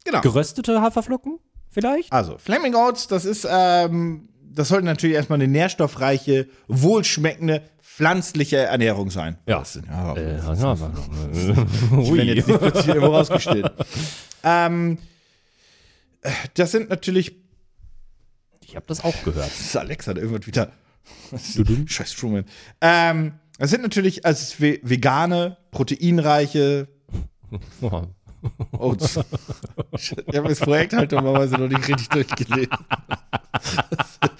Genau.
Geröstete Haferflocken vielleicht?
Also, Flaming Oats, das ist, ähm, das sollte natürlich erstmal eine nährstoffreiche, wohlschmeckende, pflanzliche Ernährung sein.
Ja.
Das sind ja
Äh, was sind Haferflocken?
Ich bin jetzt
Ui.
nicht plötzlich irgendwo rausgestellt. ähm, das sind natürlich.
Ich habe das auch gehört.
Das ist Alexa, der irgendwann wieder. Scheiß Truman. Ähm, das sind natürlich also es ist ve- vegane, proteinreiche
Oh.
Oats. ich habe das Projekt halt normalerweise noch nicht richtig durchgelesen.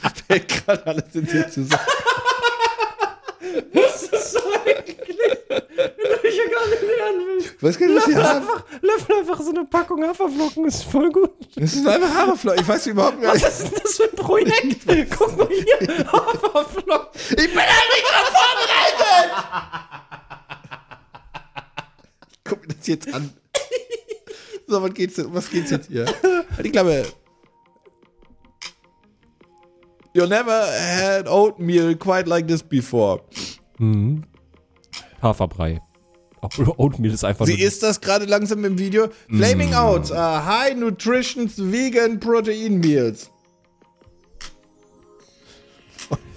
Das fällt gerade alles in dir zusammen.
Ich ja gar nicht lernen will.
Was kann das hier haben?
Löffel einfach so eine Packung Haferflocken, ist voll gut.
Das ist einfach Haferflocken. Ich weiß überhaupt gar nicht.
Was ist denn das für ein Projekt? Guck mal hier, Haferflocken.
Ich bin einfach nicht darauf vorbereitet! Ich guck mir das jetzt an. So, was geht's, denn- was geht's jetzt hier? Halt die Klappe. You never had oatmeal quite like this before.
Haferbrei. Obwohl Oatmeal ist einfach
Sie
nur
ist das gerade langsam im Video.
Mm.
Flaming Oats, are High Nutrition Vegan Protein Meals.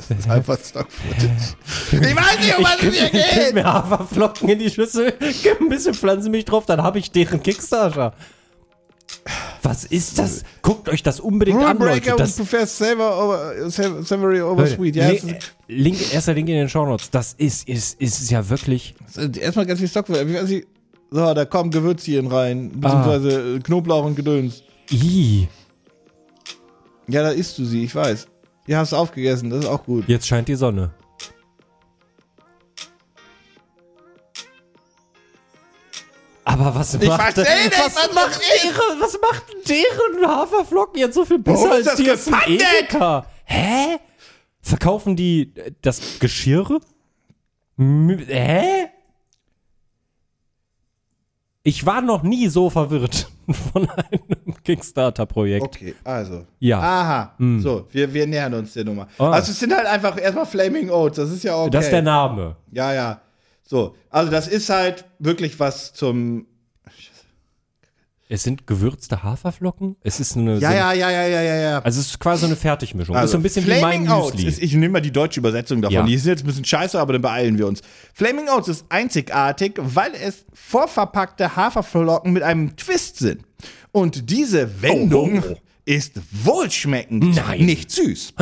Das ist einfach Stock Footage. Ich weiß nicht, um was es hier
Gib
geht.
Äh. mir Haferflocken in die Schüssel, gib ein bisschen Pflanzenmilch drauf, dann habe ich deren Kickstarter. Was ist das? Guckt euch das unbedingt
Rule
an, Leute.
Breaker und
Das,
Professor Saver over, Sav- Savory over Sweet. Ja,
Li-
es ist-
Link, erster Link in den Shownotes. Das ist, ist, ist ja wirklich.
es ist äh, erstmal ganz viel Stock Footage. Ich weiß nicht- So, da kommen Gewürzchen rein,
Ah.
beziehungsweise äh, Knoblauch und Gedöns.
Ih,
Ja, da isst du sie, ich weiß. Ihr hast aufgegessen, das ist auch gut.
jetzt scheint die Sonne. Aber was
Ich
macht
verstehe nicht, was, was macht ihr?
deren, was macht deren Haferflocken jetzt so viel
Warum
besser
ist das
als die jetzt im
gefundet?
Edeka? Hä? Verkaufen die äh, das Geschirr? M- Hä? Ich war noch nie so verwirrt von einem Kickstarter-Projekt.
Okay, also.
Ja. Hm.
Aha. So, wir, wir nähern uns der Nummer.
Ah.
Also es sind halt einfach erstmal Flaming Oats, das ist ja okay.
Das ist der Name.
ja, ja. So, also das ist halt wirklich was zum
Es sind gewürzte Haferflocken. Es ist eine.
Ja,
so-
ja, ja, ja, ja, ja, ja.
Also es ist quasi eine Fertigmischung. ist so ein bisschen wie mein
Also, Flaming Oats
Müsli.
ist, ich nehme mal die deutsche Übersetzung davon.
Ja.
Die ist jetzt ein bisschen scheiße, aber dann beeilen wir uns. Flaming Oats ist einzigartig, weil es vorverpackte Haferflocken mit einem Twist sind. Und diese Wendung
Oh, oh, oh.
ist wohlschmeckend,
Nein. Ah.
nicht süß.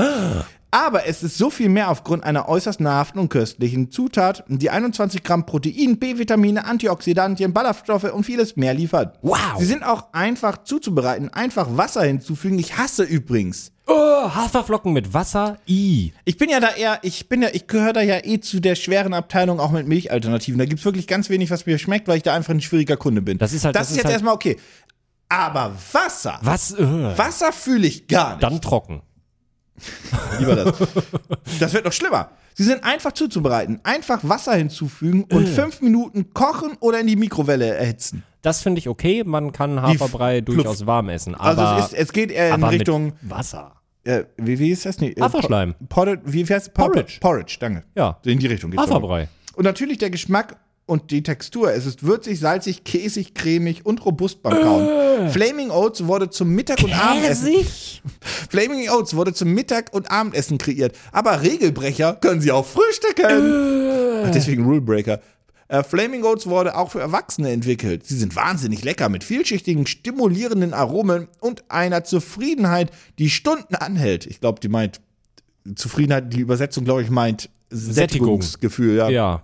Aber es ist so viel mehr aufgrund einer äußerst nahrhaften und köstlichen Zutat, die 21 Gramm Protein, B-Vitamine, Antioxidantien, Ballaststoffe und vieles mehr liefert.
Wow.
Sie sind auch einfach zuzubereiten, einfach Wasser hinzufügen. Ich hasse übrigens.
Oh, Haferflocken mit Wasser. I.
Ich bin ja da eher, ich bin ja, ich gehöre da ja eh zu der schweren Abteilung auch mit Milchalternativen. Da gibt's wirklich ganz wenig, was mir schmeckt, weil ich da einfach ein schwieriger Kunde bin.
Das ist halt-
das,
das
ist
ist
jetzt
halt-
erstmal okay. Aber Wasser,
Was? Äh.
Wasser fühle ich gar nicht.
Dann trocken.
Lieber das. Das wird noch schlimmer. Sie sind einfach zuzubereiten. Einfach Wasser hinzufügen
Äh.
und fünf Minuten kochen oder in die Mikrowelle erhitzen.
Das finde ich okay. Man kann Haferbrei
Pluff.
durchaus warm essen.
Also
Aber,
es, ist, es geht eher in
aber
Richtung.
mit Wasser.
Äh, wie, wie ist das nicht? Äh,
Haferschleim.
Por- Porridge- wie heißt es? Por-
Porridge.
Porridge, danke.
Ja.
In die Richtung geht's.
Haferbrei.
Und natürlich der Geschmack und die Textur. Es ist würzig, salzig, käsig, cremig und robust beim Kauen. Flaming Oats wurde zum Mittag- und Abendessen.
Käsig?
Flaming Oats wurde zum Mittag- und Abendessen kreiert. Aber Regelbrecher können sie auch frühstücken. Ach, Deswegen Rulebreaker. Äh, Flaming Oats wurde auch für Erwachsene entwickelt. Sie sind wahnsinnig lecker mit vielschichtigen, stimulierenden Aromen und einer Zufriedenheit, die Stunden anhält. Ich glaube, die meint Zufriedenheit, die Übersetzung, glaube ich, meint
Sättigung.
Sättigungsgefühl. Ja.
Ja.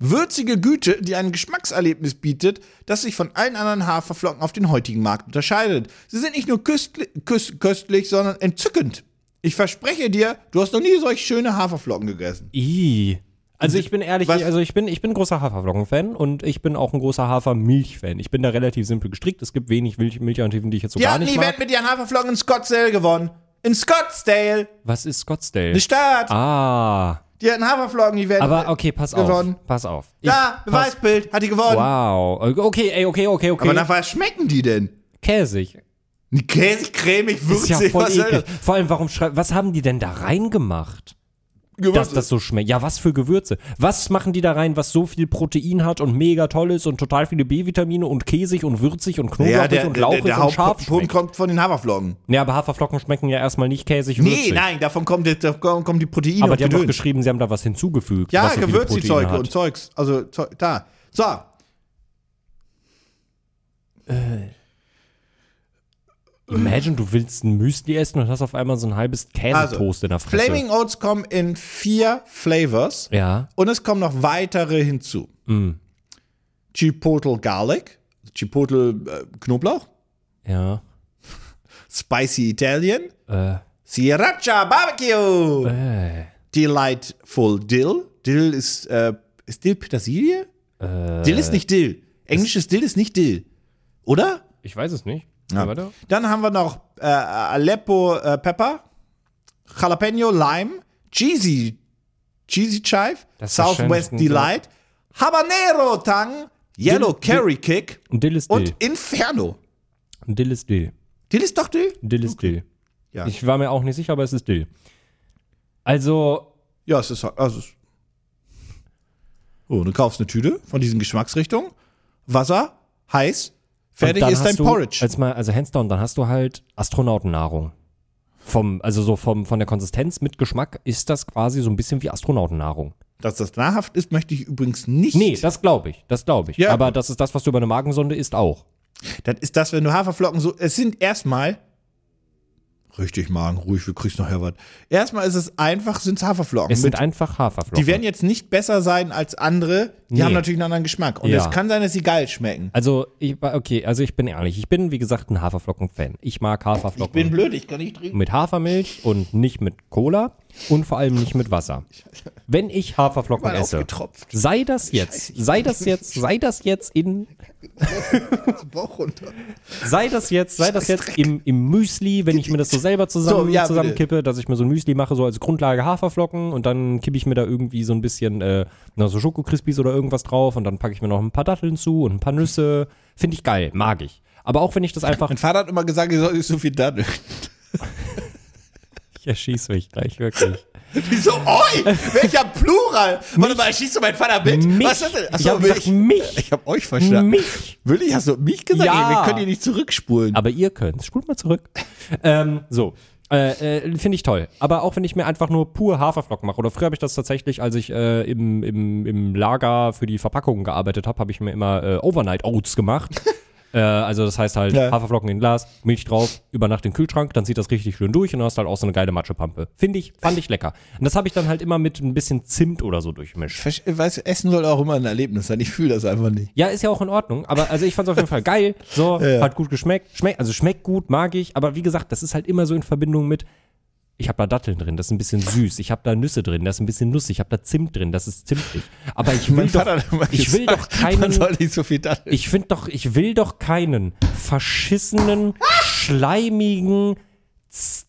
Würzige Güte, die ein Geschmackserlebnis bietet, das sich von allen anderen Haferflocken auf den heutigen Markt unterscheidet. Sie sind nicht nur köstli küs- köstlich, sondern entzückend. Ich verspreche dir, du hast noch nie solch schöne Haferflocken gegessen.
I. Also ich bin ehrlich,
Was-
also ich bin, ich bin großer Haferflocken-Fan und ich bin auch ein großer Hafermilch-Fan. Ich bin da relativ simpel gestrickt. Es gibt wenig Milch- Milchalternativen, die ich jetzt so
Die
gar
hatten ein
nicht mag.
Event mit ihren Haferflocken in Scottsdale gewonnen. In Scottsdale,
Was ist Scottsdale?
eine Stadt.
ah.
Die hatten ein Haferflocken-Event.
Aber okay, pass
gewonnen.
auf. Pass auf. Ich,
Ja,
pass,
Beweisbild, hat die gewonnen.
Wow. Okay, ey, okay, okay, okay.
Aber nach was schmecken die denn?
Käsig.
Käsig, cremig,
Ist ja
würzig,
voll
was soll
eklig.
das?
Vor allem, warum schreibt, was haben die denn da reingemacht? Dass
Gewürze.
das so schmeckt. Ja, was für Gewürze. Was machen die da rein, was so viel Protein hat und mega toll ist und total viele B-Vitamine und käsig und würzig und knoblauchig
ja, der,
und
der, der,
lauchig
der
und scharf
Hauptpunkt
schmeckt?
kommt von den Haferflocken.
Ja, aber Haferflocken schmecken ja erstmal nicht käsig
Nee,
würzig.
nein, davon kommen die, davon kommen die Proteine
Aber
und
die haben doch
Gedöns.
geschrieben, sie haben da was hinzugefügt.
Ja,
was so viele Proteine
Gewürzzeug
hat.
und Zeugs. Also, Zeug, da. So.
Imagine, du willst ein Müsli essen und hast auf einmal so ein halbes Käsetoast
Also,
in der Fresse.
Flaming Oats kommen in vier Flavors.
Ja. Mm.
Und es kommen noch weitere hinzu. Chipotle Garlic, Chipotle äh, Knoblauch,
Ja.
Spicy Italian,
Äh,
Sriracha Barbecue,
äh,
Delightful Dill. Dill ist, äh, ist Dill Petersilie?
Äh,
Dill ist nicht Dill. Englisches Dill ist nicht Dill. Oder?
ich weiß es nicht. Warte.
Dann haben wir noch äh, Aleppo äh, Pepper, Jalapeno Lime, Cheesy, Cheesy Chive,
Das ist
Southwest
wahrscheinlich ein-
Delight, Habanero Tang, Yellow
Dill-
Curry Kick
Und Dill ist
und
Dill.
Inferno.
Und Dill ist Dill.
Dill ist doch Dill?
Dill ist Dill.
Ja.
Ich war mir auch nicht sicher, aber es ist Dill. Also,
Ja, es ist. Also es oh, du kaufst eine Tüte von diesen Geschmacksrichtungen, Wasser, heiß, fertig
und dann
ist dein
hast du,
Porridge.
Als mal, also hands down, dann hast du halt Astronautennahrung. Vom, also so vom, von der Konsistenz mit Geschmack ist das quasi so ein bisschen wie Astronautennahrung.
Dass das nahrhaft ist, möchte ich übrigens nicht.
Nee, das glaube ich, das glaube ich.
Ja.
Aber das ist das, was du über eine Magensonde isst auch.
Das ist das, wenn du Haferflocken so. Es sind erstmal. Richtig, Magen, ruhig, wir kriegst nachher was. Erstmal ist es einfach, sind Haferflocken.
Es
Mit,
sind einfach Haferflocken.
die werden jetzt nicht besser sein als andere. Die
Nee.
haben natürlich einen anderen Geschmack. Und
Ja.
es kann sein, dass sie geil schmecken.
also, ich, war- okay, also ich bin ehrlich, ich bin wie gesagt ein Haferflocken-Fan. Ich mag Haferflocken.
Ich bin blöd, ich kann nicht trinken.
mit Hafermilch und nicht mit Cola und vor allem nicht mit Wasser. Wenn ich Haferflocken
Mal
esse,
aufgetropft.
sei das jetzt, sei das jetzt, sei das jetzt in,
Bauch runter.
sei das jetzt, sei das jetzt im, im Müsli, wenn ich mir das so selber
So,
zusammen,
ja, bitte.
zusammenkippe, dass ich mir so ein Müsli mache, so als Grundlage Haferflocken und dann kippe ich mir da irgendwie so ein bisschen äh, noch so Schokokrispies oder irgendwas drauf und dann packe ich mir noch ein paar Datteln zu und ein paar Nüsse. Finde ich geil, mag ich. Aber auch wenn ich das einfach.
Mein Vater hat immer gesagt, ich soll nicht so viel daddeln.
Ich erschieße mich gleich, wirklich.
Ich so, oi, welcher Plural. Warte mal, schießt du meinen Vater mit?
Mich.
Was ist das denn?
Ich hab gesagt, mich.
Ich hab euch verstanden.
Mich.
Will ich, hast du mich gesagt?
Ja.
Ey, wir können hier nicht zurückspulen.
Aber ihr könnt. Spult mal zurück. ähm, so. Äh, äh, Finde ich toll. Aber auch wenn ich mir einfach nur pur Haferflocken mache, oder früher habe ich das tatsächlich, als ich äh, im, im, im Lager für die Verpackungen gearbeitet habe, habe ich mir immer äh, Overnight Oats gemacht. Äh, also das heißt halt
Ja.
Haferflocken in Glas, Milch drauf, über Nacht im Kühlschrank, dann zieht das richtig schön durch und dann hast du halt auch so eine geile Matschepampe. Finde ich, fand ich lecker. Und das habe ich dann halt immer mit ein bisschen Zimt oder so durchmischt.
Versch- Weißt du, Essen soll auch immer ein Erlebnis sein. Ich fühle das einfach nicht.
Ja, ist ja auch in Ordnung, aber also ich fand es auf jeden Fall geil. So,
Ja.
hat gut geschmeckt. Schmeckt, also schmeckt gut, mag ich, aber wie gesagt, das ist halt immer so in Verbindung mit ich habe da Datteln drin, das ist ein bisschen süß. Ich habe da Nüsse drin, das ist ein bisschen nussig. Ich habe da Zimt drin, das ist zimtig. Aber ich will
Mein
doch,
Vater hat immer
ich will doch
gesagt, Man
keinen
soll nicht so viel Datteln.
Ich finde doch, ich will doch keinen verschissenen, schleimigen Z-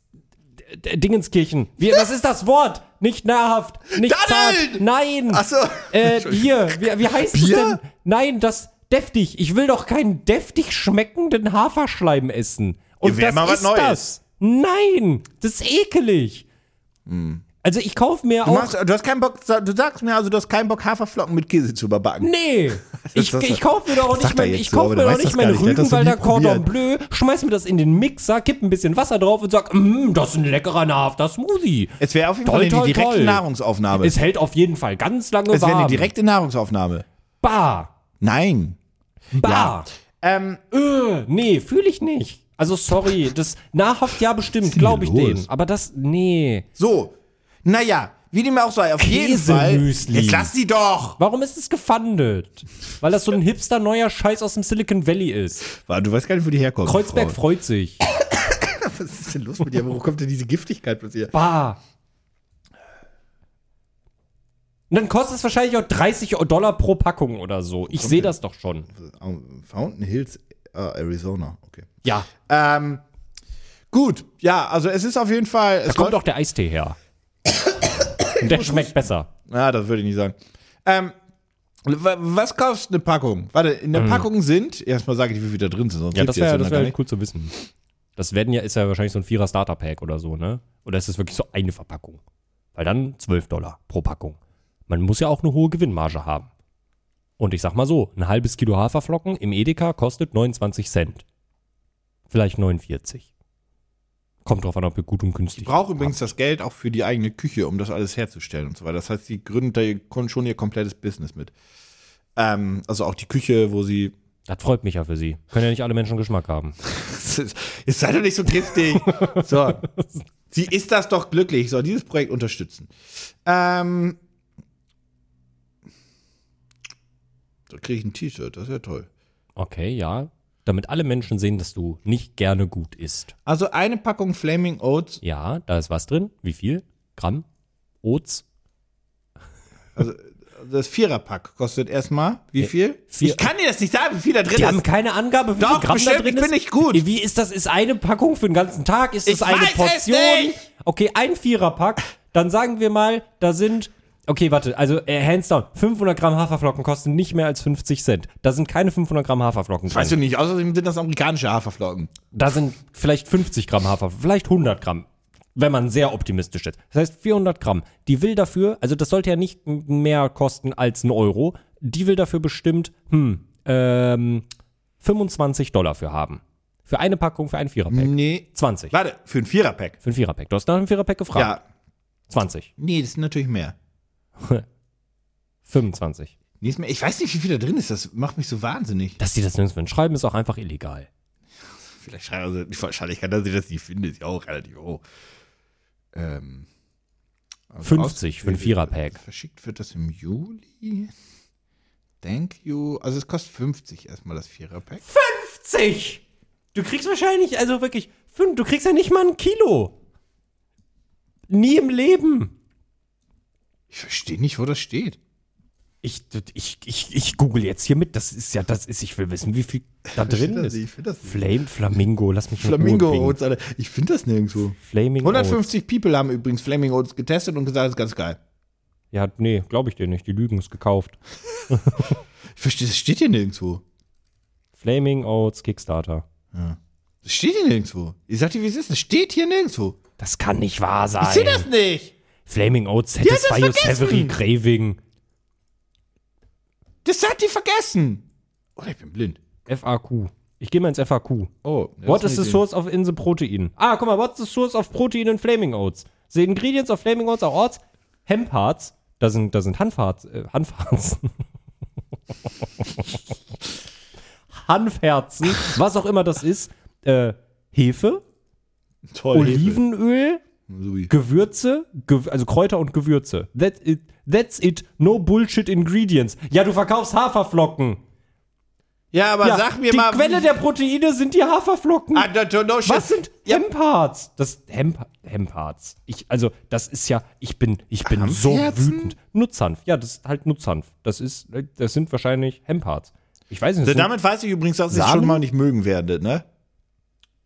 D- Dingenskirchen. Wie, was ist das Wort? Nicht nahrhaft, nicht
Datteln!
zart. Nein.
Ach so.
Äh, Bier. Wie, wie heißt es
Bier?
denn? Nein, das deftig. Ich will doch keinen deftig schmeckenden Haferschleim essen. Und
Ja, wär
das
mal was
ist
Neues.
das. Nein, das ist ekelig. Also ich kaufe mir
Hm. Du,
auch
machst, du hast keinen Bock, du sagst mir also, du hast keinen Bock, Haferflocken mit Käse zu überbacken.
Nee, ich,
das-
ich kaufe mir doch auch nicht
sagt er
mein,
jetzt
ich
so,
kauf
aber
mir
du
doch
weißt
nicht
das
meine
gar nicht. Er hat das noch nie
Rügenwalder Cordon
probiert.
Bleu, schmeiß mir das in den Mixer, kipp ein bisschen Wasser drauf und sag, "Mm, das ist ein leckerer, nahrhafter Smoothie.
Es wäre auf jeden
Toll,
Fall
toll,
eine direkte
toll.
Nahrungsaufnahme.
Es hält auf jeden Fall ganz lange
es wäre eine
warm.
direkte Nahrungsaufnahme.
Bar.
Nein.
Bar.
Ähm,
Äh, nee, fühle ich nicht. Also sorry, das nahrhaft ja bestimmt, glaube ich
los?
denen. Aber das, nee.
so. Naja, wie dem auch sei, auf jeden Fall.
Käsemüsli.
Jetzt lass die doch.
Warum ist es gefandet? Weil das so ein hipster neuer Scheiß aus dem Silicon Valley ist.
Warte, Du weißt gar nicht, wo die herkommt.
Kreuzberg
Frau.
freut sich.
Was ist denn los mit dir? Wo kommt denn diese Giftigkeit plötzlich her?
Bar. Und dann kostet es wahrscheinlich auch 30 Dollar pro Packung oder so. Ich sehe das doch schon.
Fountain Hills, äh, Arizona. Okay.
Ja,
Ähm, gut. Ja, also es ist auf jeden Fall. Es
kommt
läuft-
doch der Eistee her. Und der schmeckt besser.
Ja, das würde ich nicht sagen. Ähm, wa- was kaufst eine Packung? Warte, in der Packung sind, erstmal sage ich, wie viel da drin sind. Sonst
Hm. Ja,
gibt
das
ihr
wäre
ja
das
dann gar
wär
nicht.
cool zu wissen. Das werden ja, ist ja wahrscheinlich so ein Vierer Starter Pack oder so, ne? Oder ist das wirklich so eine Verpackung? Weil dann 12 Dollar pro Packung. Man muss ja auch eine hohe Gewinnmarge haben. Und ich sag mal so, ein halbes Kilo Haferflocken im Edeka kostet 29 Cent. Vielleicht 49. Kommt drauf an, ob ihr gut und günstig
Ich brauche übrigens das Geld auch für die eigene Küche, um das alles herzustellen und so weiter. Das heißt, sie gründen da ihr- schon ihr komplettes Business mit. Ähm, also auch die Küche, wo sie.
Das freut mich ja für sie. Können ja nicht alle Menschen Geschmack haben.
Jetzt seid doch nicht so giftig. so. Sie ist das doch glücklich. Soll dieses Projekt unterstützen. Ähm. Da kriege ich ein T-Shirt, das ist ja toll.
Okay, ja. Damit alle Menschen sehen, dass du nicht gerne gut isst.
Also eine Packung Flaming Oats,
Ja, da ist was drin. Wie viel? Gramm? Oats?
das Viererpack kostet erstmal wie viel?
vier-
Ich kann dir das nicht sagen, wie viel da drin
Die haben
ist.
keine Angabe, wie
Doch,
viel Gramm
bestimmt,
da drin
ich bin
ist.
nicht gut.
Wie ist das? Ist eine Packung für den ganzen Tag? Ist das
Ich
eine
weiß es
Portion?
nicht.
Okay, ein Viererpack. Dann sagen wir mal, da sind. Okay, warte, also äh, hands down, 500 Gramm Haferflocken kosten nicht mehr als 50 Cent. Da sind keine 500 Gramm Haferflocken drin.
Weißt du nicht, außerdem sind das amerikanische Haferflocken.
da sind vielleicht 50 Gramm Hafer, vielleicht 100 Gramm, wenn man sehr optimistisch ist. Das heißt 400 Gramm. Die will dafür, also das sollte ja nicht m- mehr kosten als ein Euro. Die will dafür bestimmt hm, ähm, 25 Dollar für haben. Für eine Packung, für ein Viererpack.
Nee.
20.
Warte, für ein Viererpack.
Für ein Viererpack. Du hast nach einem Viererpack gefragt.
Ja.
20.
Nee, das sind natürlich mehr.
25.
Nee, ist mehr. Ich weiß nicht, wie viel da drin ist. Das macht mich so wahnsinnig.
Dass die das nirgends schreiben, ist auch einfach illegal.
Vielleicht schreiben sie die Wahrscheinlichkeit, dass ich das nicht finde, ist ja auch relativ hoch. Ähm, also
50 für ein
ausgewählt-
Viererpack.
Verschickt wird das im Juli. Thank you. Also es kostet 50 erstmal das Viererpack.
50! Du kriegst wahrscheinlich, also wirklich, fünf, du kriegst ja nicht mal ein Kilo. Nie im Leben.
Ich verstehe nicht, wo das steht.
Ich, ich, ich, ich google jetzt hier mit. Das ist ja, das ist, ich will wissen, wie viel da drin
das
ist.
nicht, ich find das nicht.
Flame, Flamingo, lass mich in Ruhe,
Flamingo
Bing.
Oats, Alter. Ich finde das nirgendwo.
Flaming
150 People haben übrigens Flaming Oats getestet und gesagt, das ist ganz geil.
Oats. Ja, nee, glaube ich dir nicht. Die Lügen ist gekauft.
Ich verstehe, das steht hier nirgendwo.
Flaming Oats Kickstarter.
Das steht hier nirgendwo. Ich sag dir, wie es ist. Das steht hier nirgendwo.
Das kann nicht wahr sein.
Ich sehe das nicht.
Flaming Oats
hat das
Satisfy Your
vergessen.
Savory Craving.
Das hat die vergessen. Oder ich bin blind.
FAQ. Ich gehe mal ins FAQ.
Oh,
What is the source of in the protein? Ah, guck mal, what's the source of protein in flaming oats? The ingredients of flaming oats are oats, hemp hearts, da sind, da sind Hanfharz, äh, Hanfharz. Hanfherzen, was auch immer das ist, äh, Hefe,
Toll.
Olivenöl,
Sui.
Gewürze, Gew also Kräuter und Gewürze. That's it. That's it. No bullshit ingredients. Ja, du verkaufst Haferflocken.
Ja, aber
ja,
sag mir
die
mal.
Quelle der Proteine sind die Haferflocken.
Ah, no, no, no shit.
Was sind Hemparts? Das Hemp Hemparts. Ich also das ist ja ich bin ich bin so
Hanfherzen?
wütend. Nutzhanf. Ja, das ist halt Nutzhanf. Das ist das sind wahrscheinlich Hemparts. Ich weiß nicht.
So,
das sind-
Also damit weiß ich übrigens, dass ich
Samen?
schon mal nicht mögen werde, ne?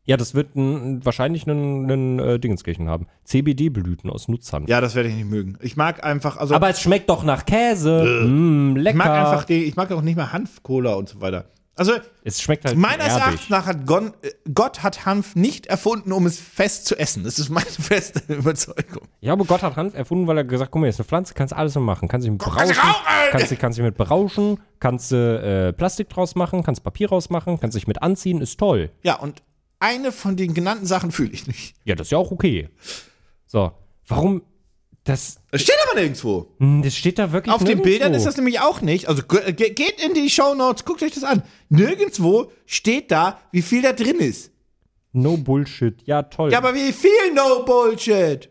ja, das wird ein, wahrscheinlich einen, einen äh, Dingenskirchen haben. CBD-Blüten aus Nutzhanf.
Ja, das werde ich nicht mögen. Ich mag einfach, also
Aber es schmeckt doch nach Käse. Mm, lecker.
Äh. ich mag einfach die, ich mag auch nicht mehr Hanf, Cola und so weiter. Also
es schmeckt halt
meines
erdig.
Erachtens nach hat Gon, äh, Gott hat Hanf nicht erfunden, um es fest zu essen. Das ist meine feste Überzeugung.
Ich glaube, Gott hat Hanf erfunden, weil er gesagt hat, guck mal, hier ist eine Pflanze, kannst alles mit machen. Kannst dich mit
kannst
berauschen,
dich rauchen!
kannst, dich- kannst dich mit berauschen, kannst äh, äh, Plastik draus machen, kannst Papier draus machen, kannst dich mit anziehen, ist toll.
Ja, und eine von den genannten Sachen fühle ich nicht.
Ja, das ist ja auch okay. So, warum das,
Das steht aber nirgendwo.
Hm, das steht da wirklich
Auf den
nirgendwo.
Bildern ist das nämlich auch nicht. Also ge ge- geht in die Shownotes, guckt euch das an. Nirgendwo steht da, wie viel da drin ist.
No Bullshit, ja toll.
Ja, aber wie viel No Bullshit?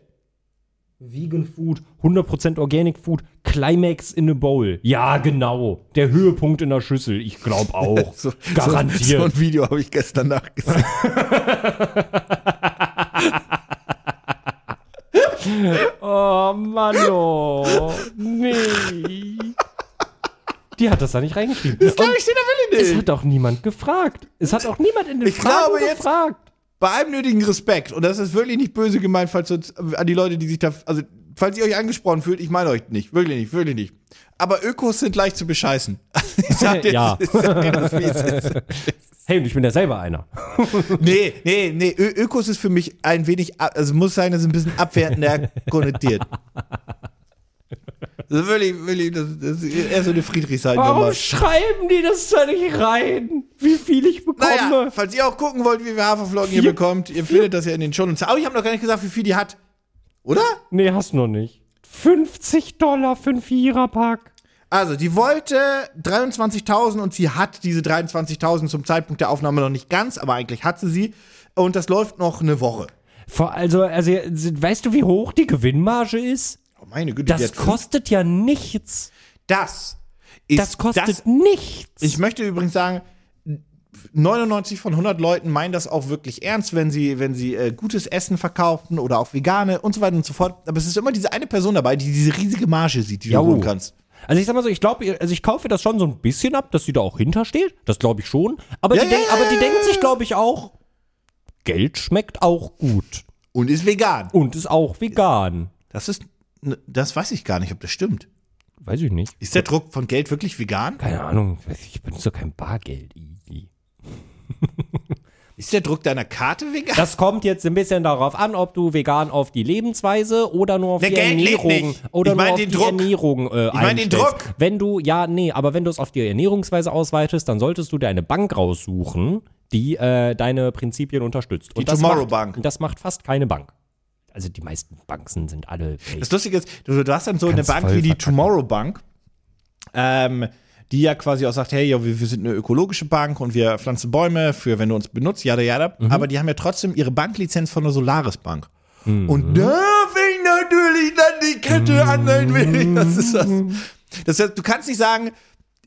Vegan Food, 100% Organic Food, Climax in a Bowl. Ja, genau. Der Höhepunkt in der Schüssel, ich glaube auch. Garantiert.
So ein Video habe ich gestern Nacht gesehen.
Oh Mann, oh. Nee. Die hat das da nicht reingeschrieben. Oh,
Das glaube ich dir da
es
will ich nicht.
hat auch niemand gefragt. Es hat auch niemand in den
Ich
Fragen
glaube jetzt-
gefragt.
Bei allem nötigen Respekt, und das ist wirklich nicht böse gemeint, falls uns, an die Leute, die sich da, also falls ihr euch angesprochen fühlt, ich meine euch nicht, wirklich nicht, wirklich nicht. Aber Ökos sind leicht zu bescheißen. Ich sag dir,
Ja.
ich sag dir das, wie es ist.
Hey, und ich bin ja selber einer.
Nee, nee, nee, Ö Ökos ist für mich ein wenig, ab- also muss sein, das ist ein bisschen abwertender konnotiert. Das ist wirklich, wirklich, das, das ist eher so eine Friedrichshain-Nummer.
Warum schreiben die das da nicht rein? Wie viel ich
Naja,
bekomme?
falls ihr auch gucken wollt, wie wir Haferflocken hier bekommt, ihr findet das ja in den Shownotes. Aber ich habe noch gar nicht gesagt, wie viel die hat. Oder?
Nee, hast du noch nicht. 50 Dollar für einen Viererpack.
Also, die wollte 23.000 und sie hat diese 23.000 zum Zeitpunkt der Aufnahme noch nicht ganz, aber eigentlich hat sie sie. Und das läuft noch eine Woche.
Vor- Also, also, weißt du, wie hoch die Gewinnmarge ist?
Oh, meine Güte, die
Das
hat-
kostet ja nichts.
das ist
Das kostet
das-
nichts.
Ich möchte übrigens sagen, 99 von 100 Leuten meinen das auch wirklich ernst, wenn sie, wenn sie äh, gutes Essen verkauften oder auch vegane und so weiter und so fort. Aber es ist immer diese eine Person dabei, die diese riesige Marge sieht, die
Jo.
du holen kannst.
Also ich sag mal so, ich glaube, also ich kaufe das schon so ein bisschen ab, dass sie da auch hintersteht. Das glaube ich schon. Aber,
Ja,
die
ja,
denk,
ja,
aber die
ja,
denken sich, glaube ich, auch, Geld schmeckt auch gut.
Und ist vegan.
Und ist auch vegan.
Das ist, ne, das weiß ich gar nicht, ob das stimmt.
Weiß ich nicht.
Ist der Druck von Geld wirklich vegan?
Keine Ahnung. Ich benutze kein Bargeld. Easy.
Ist der Druck deiner Karte vegan?
Das kommt jetzt ein bisschen darauf an, ob du vegan auf die Lebensweise oder nur auf
Ne,
die
Geld lebt
Ernährung
nicht.
oder
Ich mein
nur auf
den
die
Druck.
Ernährung äh, Ich
mein den Druck.
Wenn du ja, nee, aber wenn du es auf die Ernährungsweise ausweitest, dann solltest du dir eine Bank raussuchen, die äh, deine Prinzipien unterstützt. Die
Tomorrow
macht,
Bank.
Das macht fast keine Bank. Also die meisten Banken sind alle. fake.
Das Lustige ist, du, du hast dann so eine
Kannst
Bank
voll
wie die
verkacken.
Tomorrow Bank, ähm, die ja quasi auch sagt, hey, ja, wir, wir sind eine ökologische Bank und wir pflanzen Bäume für, wenn du uns benutzt, jada jada. Aber die haben ja trotzdem ihre Banklizenz von der Solaris Bank. Und da fängt natürlich dann die Kette an ein wenig. Das ist das. Das heißt, du kannst nicht sagen,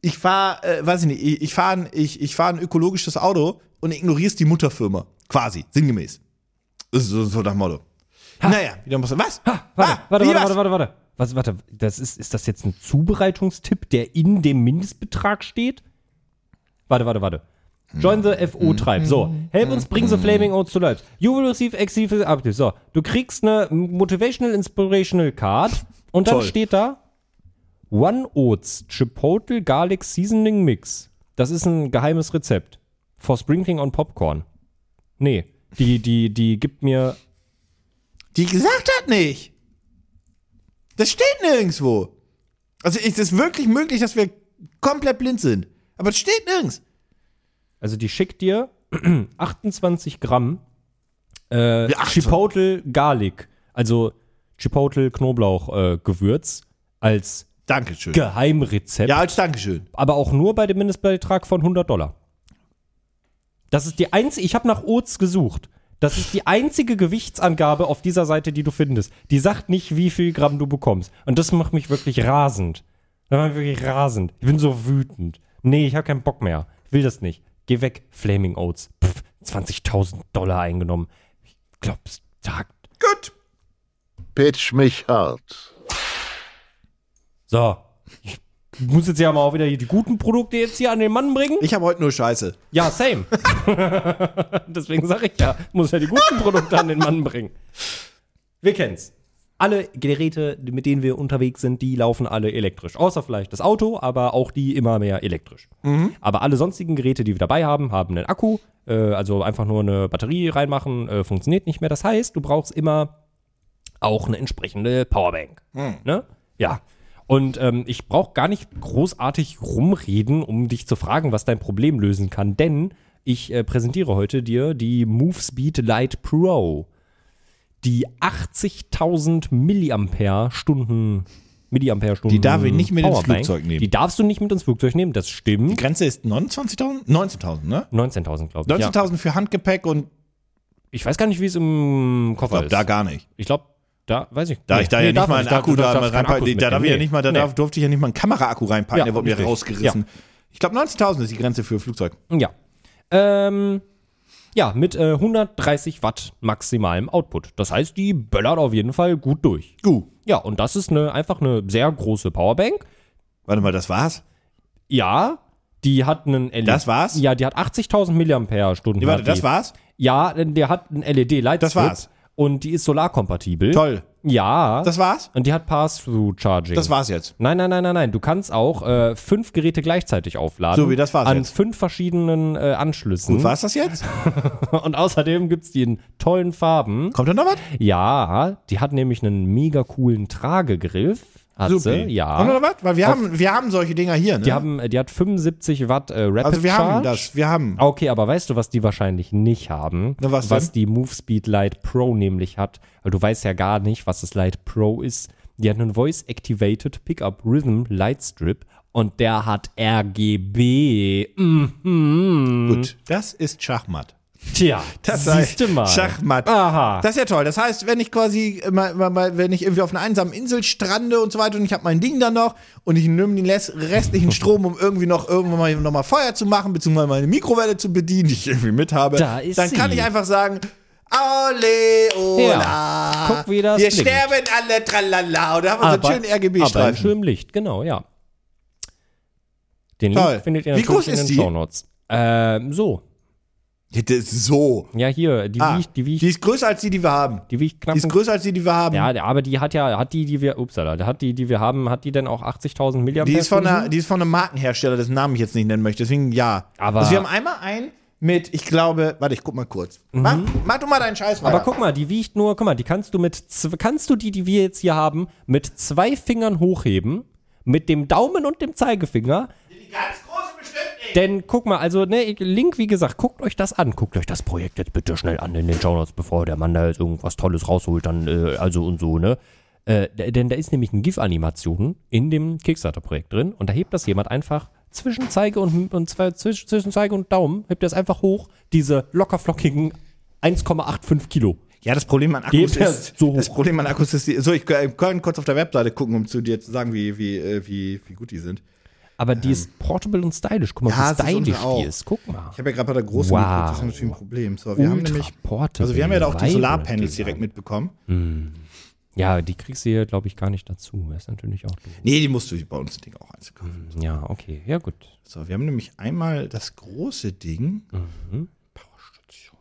ich fahre, äh, weiß ich nicht, ich, ich fahre ein, ich, ich fahr ein ökologisches Auto und ignorierst die Mutterfirma. Quasi, sinngemäß. Das ist so, so das Motto. Naja, wieder muss. Was?
warte,
Ah,
warte,
wie
warte,
was?
warte, warte, warte. Was, warte, das ist, ist das jetzt ein Zubereitungstipp, der in dem Mindestbetrag steht? Warte, warte, warte. Join the FO
Mhm.
Tribe. So, help uns bring the flaming oats to life. You will receive exif updates. So, du kriegst eine motivational inspirational Card und dann
Toll.
steht da One Oats Chipotle Garlic Seasoning Mix. Das ist ein geheimes Rezept for sprinkling on popcorn. Nee, die die die gibt mir
Die gesagt hat nicht. Das steht nirgendwo. Also ist es wirklich möglich, dass wir komplett blind sind. Aber es steht nirgends.
Also die schickt dir 28 Gramm äh,
Wie 28?
Chipotle Garlic, also Chipotle Knoblauch äh, Gewürz als
Dankeschön.
Geheimrezept,
Ja, als Dankeschön.
aber auch nur bei dem Mindestbeitrag von 100 Dollar. Das ist die einzige, ich habe nach Oats gesucht. Das ist die einzige Gewichtsangabe auf dieser Seite, die du findest. Die sagt nicht, wie viel Gramm du bekommst. Und das macht mich wirklich rasend. Das macht mich wirklich rasend. Ich bin so wütend. Nee, ich habe keinen Bock mehr. Ich will das nicht. Geh weg, Flaming Oats. Pff, 20.000 Dollar eingenommen. Ich glaub's, tagt.
Gut.
Pitch mich hart.
So. Ich muss jetzt ja mal auch wieder hier die guten Produkte jetzt hier an den Mann bringen.
Ich habe heute nur Scheiße.
Ja, same. Deswegen sage ich ja, muss ja die guten Produkte an den Mann bringen. Wir kennen's. Alle Geräte, mit denen wir unterwegs sind, die laufen alle elektrisch. Außer vielleicht das Auto, aber auch die immer mehr elektrisch. Aber alle sonstigen Geräte, die wir dabei haben, haben einen Akku. Äh, also einfach nur eine Batterie reinmachen, äh, funktioniert nicht mehr. Das heißt, du brauchst immer auch eine entsprechende Powerbank.
Hm.
Ne? Ja. Und ähm, ich brauche gar nicht großartig rumreden, um dich zu fragen, was dein Problem lösen kann, denn ich äh, präsentiere heute dir die MoveSpeed Lite Pro, die 80.000 Milliampere-Stunden. Milliampere-Stunden.
Die darf ich nicht mit ins
Powerbank.
Flugzeug nehmen.
Die darfst du nicht mit ins Flugzeug nehmen, das
Die
stimmt.
Grenze ist 29.000? 19.000, ne?
19.000, glaube ich.
19.000 für Handgepäck und
Ich weiß gar nicht, wie es im
ich
Koffer
glaub,
ist.
da gar nicht.
ich glaube, da weiß ich.
Da ich da ja nicht
darf
mal
man
einen Akku
du
da
darfst
mal
keinen Akkus
reinpacken, da darf ich
mitnehmen.
ja nicht mal, da
Nee.
darf, durfte ich ja nicht mal einen Kameraakku reinpacken,
Ja,
der wurde mir
richtig.
rausgerissen. Ich glaube 19.000 ist die Grenze für Flugzeug.
Ja. Ähm, ja, mit äh, 130 Watt maximalem Output. Das heißt, die böllert auf jeden Fall gut durch.
Gut.
Ja, und das ist eine, einfach eine sehr große Powerbank.
Warte mal, das war's?
Ja, die hat einen LED.
Das war's?
Ja, die hat 80.000 Milliampere-Stunden.
Nee, warte,
hat die.
das war's?
Ja, denn der hat einen LED-Lightstrip.
Das war's.
Und die ist solarkompatibel.
Toll.
Ja.
Das war's?
und die hat Pass-Through-Charging.
Das war's jetzt.
Nein, nein, nein, nein, nein. Du kannst auch äh, fünf Geräte gleichzeitig aufladen.
So, wie das war's
An
jetzt.
fünf verschiedenen äh, Anschlüssen.
Gut, war's das jetzt?
Und außerdem gibt's die in tollen Farben.
Kommt da noch was?
Ja, die hat nämlich einen mega coolen Tragegriff. Hat sie,
Kommt da
äh, ja.
noch was? Weil wir haben, wir haben solche Dinger hier, ne?
Die, haben, äh, die hat 75 Watt äh, Rapid
also wir
Charge.
haben das, wir haben.
Okay, aber weißt du, was die wahrscheinlich nicht haben?
Na, was
was die MoveSpeed Lite Pro nämlich hat. Weil du weißt ja gar nicht, was das Lite Pro ist. Die hat einen Voice Activated Pickup Rhythm Light Strip und der hat RGB. Mhm.
Gut, das ist Schachmatt.
Tja, das siehst du mal.
Schachmatt.
Aha.
Das ist ja toll. Das heißt, wenn ich quasi, äh, mal, mal- mal, wenn ich irgendwie auf einer einsamen Insel strande und so weiter und ich habe mein Ding dann noch und ich nehme den les- restlichen Strom, um irgendwie noch irgendwann mal, noch mal Feuer zu machen, beziehungsweise meine Mikrowelle zu bedienen, die ich irgendwie mit habe,
Da ist
dann kann
sie.
ich einfach sagen, Ole, ola.
Ja. Guck, wie das
Wir
klingt.
sterben alle, tralala. Und da haben wir so einen schönen
Aber in
RGB-Streifen.
schönem Licht, genau, ja. Den
Toll.
Link findet ihr
Wie
natürlich
groß
in
ist
den
die?
Shownotes. Ähm, so.
Das ist so.
Ja, hier, die
Ah,
wiegt, die wiegt,
die ist größer als die, die wir haben.
die wiegt knapp.
Die ist größer als die, die wir haben.
ja, aber die hat ja, hat die, die wir, upsala, hat die, die wir haben, hat die denn auch 80.000 Milliampere?
Die ist, von einer, die ist von einem Markenhersteller, dessen Namen ich jetzt nicht nennen möchte. Deswegen ja.
Aber-
also wir haben einmal einen mit, ich glaube, warte, ich guck mal kurz. Mach, mach du mal deinen Scheiß weiter.
Mhm. aber guck mal, die wiegt nur, guck mal, die kannst du mit, zw- kannst du die, die wir jetzt hier haben, mit zwei Fingern hochheben, mit dem Daumen und dem Zeigefinger,
Die ganz große bestimmt nicht.
Denn guck mal, also ne, ich- Link, wie gesagt, guckt euch das an. Guckt euch das Projekt jetzt bitte schnell an in den Shownotes, bevor der Mann da jetzt irgendwas Tolles rausholt, dann äh, also und so, ne? Äh, d- denn da ist nämlich eine GIF-Animation in dem Kickstarter-Projekt drin und da hebt das jemand einfach zwischen Zeige und, und zwei, zwischen, zwischen Zeige und Daumen, hebt das einfach hoch, diese lockerflockigen 1,85 Kilo.
ja, das Problem an
Die
Akkus
ist ja
ist,
so hoch.
das Problem an Akkus ist, die- so, ich kann kann kurz auf der Webseite gucken, um zu dir zu sagen, wie, wie, äh, wie, wie gut die sind.
Aber die ist portable und stylisch. Guck mal,
ja,
wie
sie ist
stylisch
unsere auch.
die ist. Guck mal.
Ich habe ja gerade bei der großen
Wow.
geguckt, das ist natürlich ein Problem. So, wir haben
Ultra
nämlich,
portable
also wir haben ja da auch die
Vibrant
Solarpanels
Design.
direkt mitbekommen.
Ja, die kriegst du hier, glaube ich, gar nicht dazu. Ist natürlich auch doof.
Nee, die musst du bei uns Ding auch einzeln kaufen.
Ja, okay. Ja, gut.
So, wir haben nämlich einmal das große Ding. Powerstation.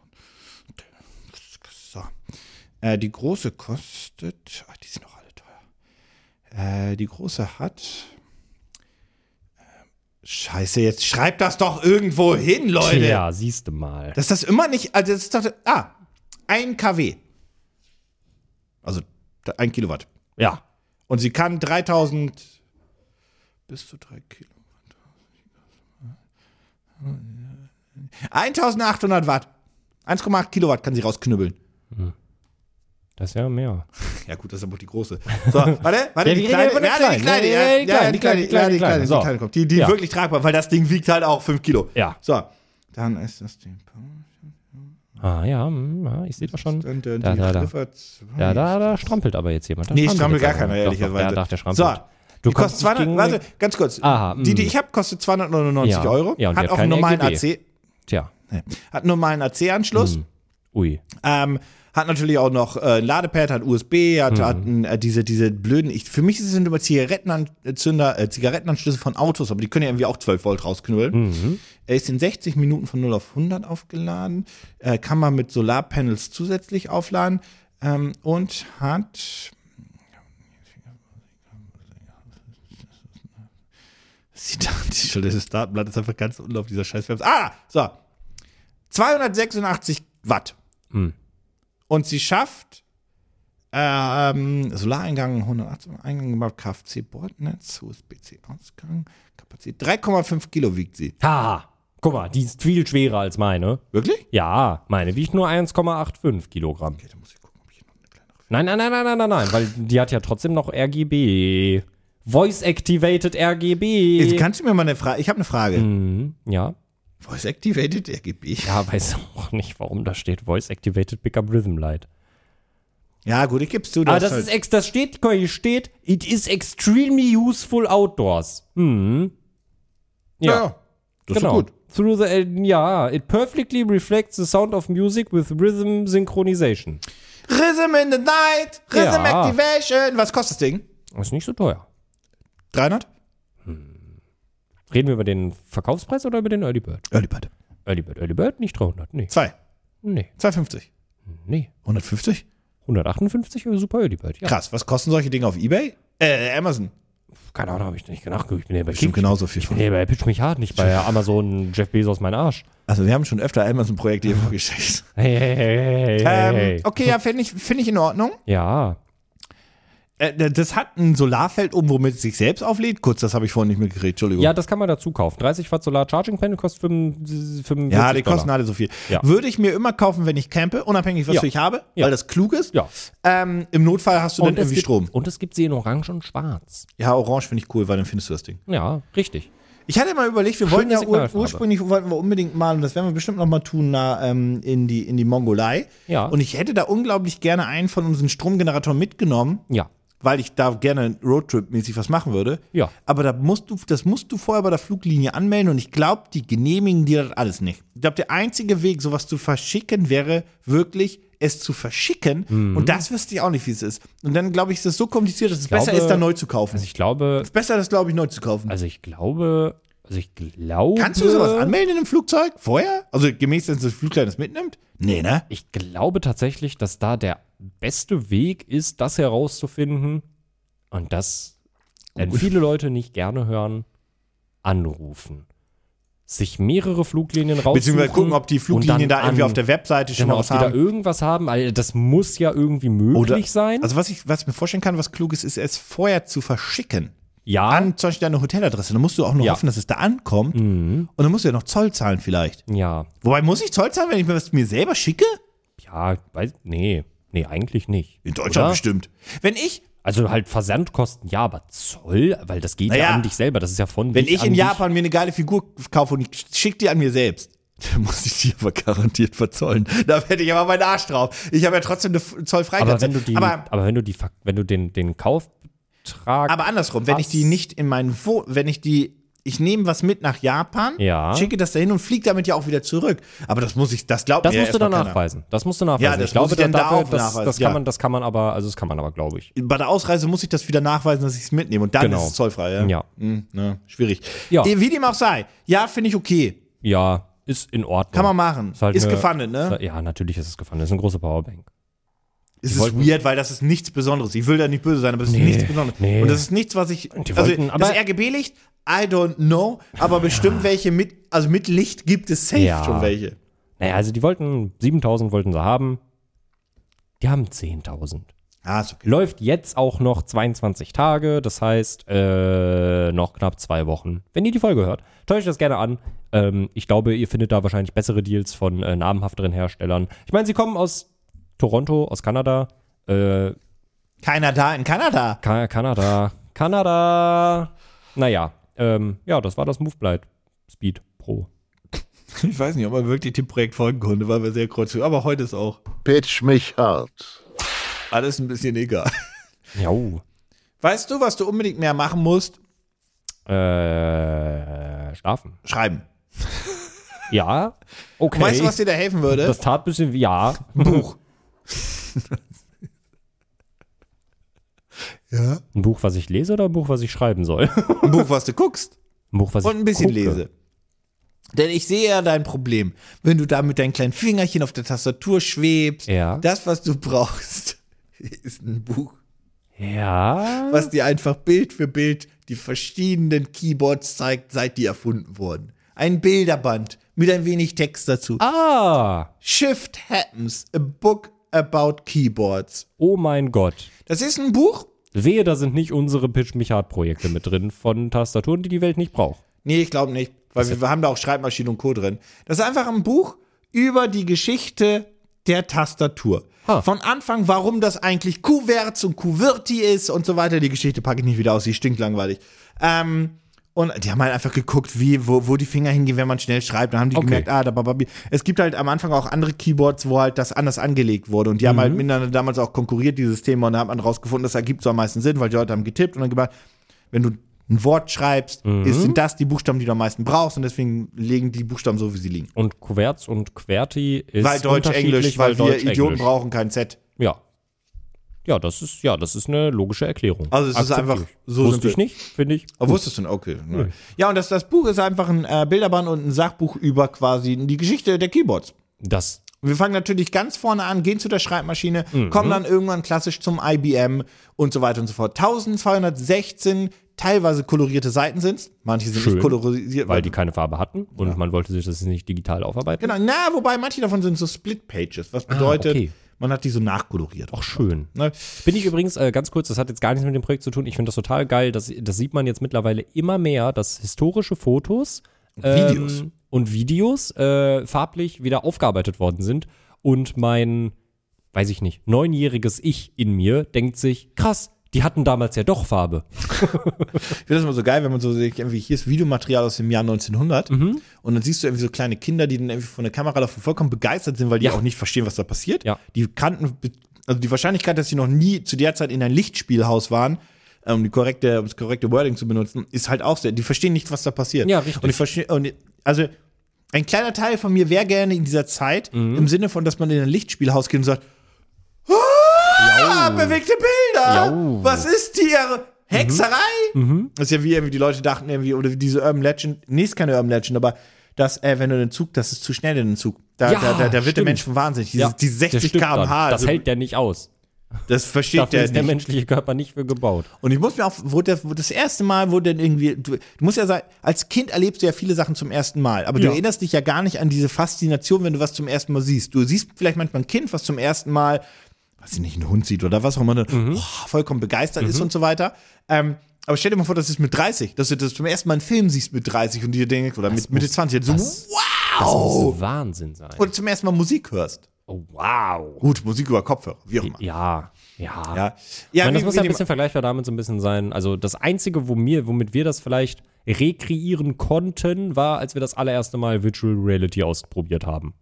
So. Äh, die große kostet. Ach, die sind doch alle teuer. Äh, die große hat. äh, Scheiße, jetzt schreibt das doch irgendwo hin, Leute.
Ja, siehst du mal.
Dass das immer nicht. Also, das ist doch. Ah, ein KW. Also, da- ein Kilowatt.
Ja.
Und sie kann 3000 bis zu 3 Kilowatt. 1800 Watt. 1,8 Kilowatt kann sie rausknüppeln.
Das ist ja mehr.
Ja gut, das ist aber die große. So, warte, warte,
Ja,
die
wir reden ja
kleine,
von der
ja, die
kleinen.
kleine,
Ja,
ja,
ja, die
ja, die
kleine,
kleine, ja, die
die kleine, die kleine.
kleine, die
So.
kleine kommt. Die, die
Ja.
wirklich tragbar, weil das Ding wiegt halt auch 5 Kilo.
Ja.
So, Dann ist das die.
Ah ja, hm, ja ich sehe das schon.
Dann, dann
Da,
die
da, da.
Treffer zwei.
Ja, da, da strampelt aber jetzt jemand. Da
Nee, ich strampel
strampelt
gar
jetzt einer.
keiner,
Doch, doch,
ehrlicherweise.
Ja, doch, der strampelt.
so,
Du
die kostet
kommst nicht
200,
gegen-
warte, ganz kurz.
Aha,
die, die
mh.
ich habe, kostet 299
Ja.
Euro.
Ja, und
hat
die hat
auch einen
keinen
normalen AC.
RGB. Tja.
Nee. Hat einen normalen AC-Anschluss.
Ui.
Ähm, hat natürlich auch noch äh, ein Ladepad, hat USB, hat, hat ein, äh, diese, diese blöden, ich, für mich sind immer Zigarettenanzünder, äh, Zigarettenanschlüsse von Autos, aber die können ja irgendwie auch 12 Volt rausknüllen.
Mhm.
Er ist in 60 Minuten von 0 auf 100 aufgeladen, äh, kann man mit Solarpanels zusätzlich aufladen ähm, und hat Sie dachte, das Datenblatt ist einfach ganz unten auf dieser scheiß Website. Ah, so. 286 Watt. Und sie schafft ähm, Solareingang, 118 Eingang gemacht, KFC-Bordnetz, USB-C-Ausgang, Kapazität. 3,5 Kilo wiegt sie.
Ha! Guck mal, die ist viel schwerer als meine.
Wirklich?
Ja, meine wiegt nur 1,85 Kilogramm.
Da muss ich gucken, ob ich noch eine kleine.
Nein, nein, nein, nein, nein, nein, nein, weil die hat ja trotzdem noch RGB. Voice Activated RGB.
Jetzt kannst du mir mal eine Frage. Ich habe eine Frage.
Mhm, ja.
Voice Activated RGB.
Ja, weiß auch nicht, warum da steht Voice Activated Pickup Rhythm Light.
Ja, gut, ich gib's zu. du
Aber
hast
Ah, das
halt-
ist ex, das steht, guck mal, hier steht, it is extremely useful outdoors. Mhm.
ja. ja, das
genau.
ist gut.
Through the, äh, ja, it perfectly reflects the sound of music with rhythm synchronization.
Rhythm in the Night, Rhythm
Ja.
Activation. Was kostet das Ding?
Ist nicht so teuer.
300?
Reden wir über den Verkaufspreis oder über den Early Bird?
Early Bird.
Early Bird, Early Bird, nicht 300. Nee,
Zwei.
nee,
250.
nee.
150?
158 Euro Super Early Bird. Ja,
Krass, was kosten solche Dinge auf Ebay? Äh, Amazon.
keine Ahnung, habe ich nicht nachgeguckt. Ich bin ja bei
Bestimmt
Kick.
genauso viel.
Ich bin ja bei Pitch mich hart, nicht bei Amazon Jeff Bezos mein Arsch.
Also wir haben schon öfter Amazon-Projekte hier vorgestellt.
Hey, hey, hey, hey, hey, hey.
Ähm, okay, ja, finde ich, find ich in Ordnung.
Ja,
Äh, das hat ein Solarfeld oben, womit es sich selbst auflädt. Kurz, das habe ich vorhin nicht mitgekriegt, Entschuldigung.
ja, das kann man dazu kaufen. 30 Watt Solar Charging Panel kostet 45
Ja, die kosten
Dollar.
alle so viel.
Ja.
Würde ich mir immer kaufen, wenn ich campe, unabhängig, was
Ja.
ich habe,
Ja.
weil das klug ist.
Ja.
Ähm, Im Notfall hast du dann
es
halt irgendwie
gibt,
Strom.
und es gibt sie in Orange und Schwarz.
Ja, orange finde ich cool, weil dann findest du das Ding.
Ja, richtig.
Ich hatte mal überlegt, wir wollten ja ur
Signalfarbe.
ursprünglich wollten wir unbedingt mal, und das werden wir bestimmt noch mal tun, na, ähm, in, die, in die Mongolei.
Ja.
Und ich hätte da unglaublich gerne einen von unseren Stromgeneratoren mitgenommen.
Ja.
weil ich da gerne Roadtrip-mäßig was machen würde.
Ja.
Aber da musst du, das musst du vorher bei der Fluglinie anmelden und ich glaube, die genehmigen dir das alles nicht. Ich glaube, der einzige Weg, sowas zu verschicken, wäre wirklich, es zu verschicken.
Mhm.
Und das wüsste ich auch nicht, wie es ist. Und dann glaube ich, ist es so kompliziert, dass es besser
glaube-
ist, da neu zu kaufen.
Also ich glaube,
besser ist, glaube ich, neu zu kaufen.
also ich glaube, also ich glaube.
Kannst du sowas anmelden in einem Flugzeug? Vorher? Also gemäß, dass das Flugzeug das mitnimmt? Nee, ne?
Ich glaube tatsächlich, dass da der beste Weg ist, das herauszufinden. Und das werden viele Leute nicht gerne hören. Anrufen. Sich mehrere Fluglinien raussuchen.
Beziehungsweise gucken, ob die
und
Fluglinien
dann
da irgendwie
an-
auf der Webseite schon
genau,
mal
ob
was
die da
haben.
irgendwas haben. Also das muss ja irgendwie möglich sein.
Also was ich, was ich mir vorstellen kann, was klug ist, ist es vorher zu verschicken.
ja,
an zum Beispiel deine Hoteladresse. Dann musst du auch noch
Ah. Ja. Mhm.
hoffen, dass es da ankommt. Und dann musst du ja noch Zoll zahlen vielleicht.
ja,
Wobei, muss ich Zoll zahlen, wenn ich mir was mir selber schicke?
ja, weiß, nee, nee, eigentlich nicht.
In Deutschland
Oder?
bestimmt. Wenn ich,
Also halt Versandkosten, ja, aber Zoll, weil das geht
Naja.
ja an dich selber. Das ist ja von
wenn
dich
ich
an
in
dich.
Japan mir eine geile Figur kaufe und ich schicke die an mir selbst, dann muss ich die aber garantiert verzollen. Da hätte ich aber meinen Arsch drauf. Ich habe ja trotzdem eine Zollfreigrenze.
Aber wenn du die,
aber,
aber, wenn du die, Fak- wenn du den, den Kaufbetrag,
aber andersrum, wenn ich die
Was?
nicht in meinen, Wo wenn ich die ich nehme was mit nach Japan,
Ja.
schicke das dahin und fliege damit ja auch wieder zurück. Aber das muss ich, das glaubt
das
mir
musst du
erstmal
dann
keiner.
nachweisen. Das musst du nachweisen.
Ja, das
ich glaube,
muss ich dann da
dafür,
auch
das,
nachweisen,
das kann
ja.
man, das kann man aber, also das kann man aber, glaube ich.
bei der Ausreise muss ich das wieder nachweisen, dass ich es mitnehme. Und dann
Genau.
ist es zollfrei, ja?
Ja.
Hm, ne, schwierig.
Ja.
Eh, Wie dem auch sei. Ja, finde ich okay.
Ja, ist in Ordnung.
Kann man machen. Ist,
halt eine-
gefunden, ne?
Ja, natürlich ist es gefangen. Das ist eine große Powerbank.
Es ist
wollten-
weird, weil das ist nichts Besonderes. Ich will da nicht böse sein, aber das ist nichts Besonderes.
nee.
Und das ist nichts, was ich.
die
also,
wollten-
das
aber-
RGB-Licht, I don't know, aber bestimmt welche mit, also mit Licht gibt es safe
Ja.
schon welche.
Naja, also die wollten, 7000 wollten sie haben. Die haben 10.000.
Ah, ist okay.
Läuft jetzt auch noch 22 Tage, das heißt äh, noch knapp zwei Wochen. Wenn ihr die Folge hört, täuscht das gerne an. Ähm, ich glaube, ihr findet da wahrscheinlich bessere Deals von äh, namhafteren Herstellern. Ich meine, sie kommen aus Toronto, aus Kanada. Äh,
Keiner da in Kanada.
Ka Kanada, Kanada. Naja, ähm, ja, das war das Moveblight Speed Pro.
Ich weiß nicht, ob man wirklich dem Projekt folgen konnte, weil wir sehr kreuz. Aber heute ist auch
Pitch mich hart.
alles ein bisschen egal.
Ja.
Weißt du, was du unbedingt mehr machen musst?
Äh, schlafen.
Schreiben.
Ja. Okay.
Weißt du, was dir da helfen würde?
das tat ein bisschen wie, ja.
Buch. ja.
Ein Buch, was ich lese oder ein Buch, was ich schreiben soll?
Ein Buch, was du guckst
Ein Buch, was
und
ich
ein bisschen
gucke.
lese. Denn ich sehe ja dein Problem. Wenn du da mit deinen kleinen Fingerchen auf der Tastatur schwebst,
Ja.
das, was du brauchst, ist ein Buch,
Ja.
was dir einfach Bild für Bild die verschiedenen Keyboards zeigt, seit die erfunden wurden. Ein Bilderband mit ein wenig Text dazu.
Ah.
Shift Happens, a book about keyboards.
Oh mein Gott.
Das ist ein Buch?
Wehe, da sind nicht unsere Pitch mich hart Projekte mit drin von Tastaturen, die die Welt nicht braucht.
Nee, ich glaube nicht, weil wir, wir haben da auch Schreibmaschine und Co. drin. Das ist einfach ein Buch über die Geschichte der Tastatur.
Ha.
Von Anfang, warum das eigentlich Kuverts und Kuverti ist und so weiter. Die Geschichte packe ich nicht wieder aus, die stinkt langweilig. Ähm, und die haben halt einfach geguckt, wie, wo, wo die Finger hingehen, wenn man schnell schreibt. Dann haben die
Okay.
gemerkt, ah, da bababi. Es gibt halt am Anfang auch andere Keyboards, wo halt das anders angelegt wurde. Und die haben halt
Mhm.
miteinander damals auch konkurriert, dieses Thema. Und da hat man rausgefunden, das ergibt so am meisten Sinn, weil die Leute haben getippt und dann gemacht, wenn du ein Wort schreibst,
Mhm.
ist, sind das die Buchstaben, die du am meisten brauchst und deswegen legen die Buchstaben so, wie sie liegen.
Und Kuverts und Qwerty ist
weil Deutsch,
unterschiedlich,
Englisch, weil, wir
Deutsch,
Idioten
Englisch.
brauchen kein Z.
Ja. Ja, das ist, ja, das ist eine logische Erklärung.
Also es ist
Akzeptiere
einfach
ich.
so
Wusste
simpel.
ich nicht, finde ich.
Aber wusstest du denn? Okay. ne. Ja, und das, das Buch ist einfach ein äh, Bilderband und ein Sachbuch über quasi die Geschichte der Keyboards.
Das,
Wir fangen natürlich ganz vorne an, gehen zu der Schreibmaschine,
Mhm.
kommen dann irgendwann klassisch zum IBM und so weiter und so fort. 1216 teilweise kolorierte Seiten sind Manche sind
Schön,
nicht kolorisiert.
weil die keine Farbe hatten und man wollte sich das nicht digital aufarbeiten.
Genau, na, wobei manche davon sind so Split-Pages, was bedeutet,
Ah, okay.
man hat die so nachkoloriert.
Auch schön.
Ne?
Bin ich übrigens, äh, ganz kurz, das hat jetzt gar nichts mit dem Projekt zu tun. Ich finde das total geil. Das, das sieht man jetzt mittlerweile immer mehr, dass historische Fotos
Videos.
Ähm, und Videos äh, farblich wieder aufgearbeitet worden sind. Und mein, weiß ich nicht, neunjähriges Ich in mir denkt sich, krass, die hatten damals ja doch Farbe.
Ich finde das immer so geil, wenn man so sieht, irgendwie hier ist Videomaterial aus dem Jahr 1900
Mhm.
und dann siehst du irgendwie so kleine Kinder, die dann irgendwie von der Kamera laufen, vollkommen begeistert sind, weil die
Ja.
auch nicht verstehen, was da passiert.
Ja.
Die kannten, also die Wahrscheinlichkeit, dass sie noch nie zu der Zeit in ein Lichtspielhaus waren, äh, um die korrekte, um das korrekte Wording zu benutzen, ist halt auch sehr, die verstehen nicht, was da passiert.
Ja, richtig.
Und ich verstehe, und ich- also ein kleiner Teil von mir wäre gerne in dieser Zeit,
Mhm.
im Sinne von, dass man in ein Lichtspielhaus geht und sagt, Ah, bewegte Bilder!
Jau. Mhm.
Was ist hier? Hexerei? Das ist ja wie irgendwie die Leute dachten irgendwie, oder wie diese Urban Legend, nee, ist keine Urban Legend, aber das, äh, wenn du den Zug, das ist zu schnell in den Zug. Da,
Ja,
da, da, da wird der
stimmt.
Mensch von wahnsinnig. Dieses,
Ja,
die
der
60
stimmt dann.
km/h,
Das
also,
hält der nicht aus.
das versteht
Dafür
der
ist der
nicht.
menschliche Körper nicht für gebaut.
Und ich muss mir auch, wo das, wo das erste Mal, wo dann irgendwie, du, du musst ja sagen, als Kind erlebst du ja viele Sachen zum ersten Mal, aber du
Ja.
erinnerst dich ja gar nicht an diese Faszination, wenn du was zum ersten Mal siehst. Du siehst vielleicht manchmal ein Kind, was zum ersten Mal, weiß ich nicht, einen Hund sieht oder was auch immer, dann,
Mhm.
boah, vollkommen begeistert ist und so weiter. Ähm, aber stell dir mal vor, das ist mit 30, dass du das zum ersten Mal einen Film siehst mit 30 und dir denkst, oder mit Mitte 20, so,
Das
wow!
muss Wahnsinn sein.
Oder zum ersten Mal Musik hörst.
Oh, wow.
Gut, Musik über Kopfhörer, wie auch immer.
Ja, ja.
Ja, ja
ich meine,
wie-
das muss
wie
ja ein
dem-
bisschen vergleichbar damit so ein bisschen sein. Also das Einzige, wo mir, womit wir das vielleicht rekreieren konnten, war, als wir das allererste Mal Virtual Reality ausprobiert haben.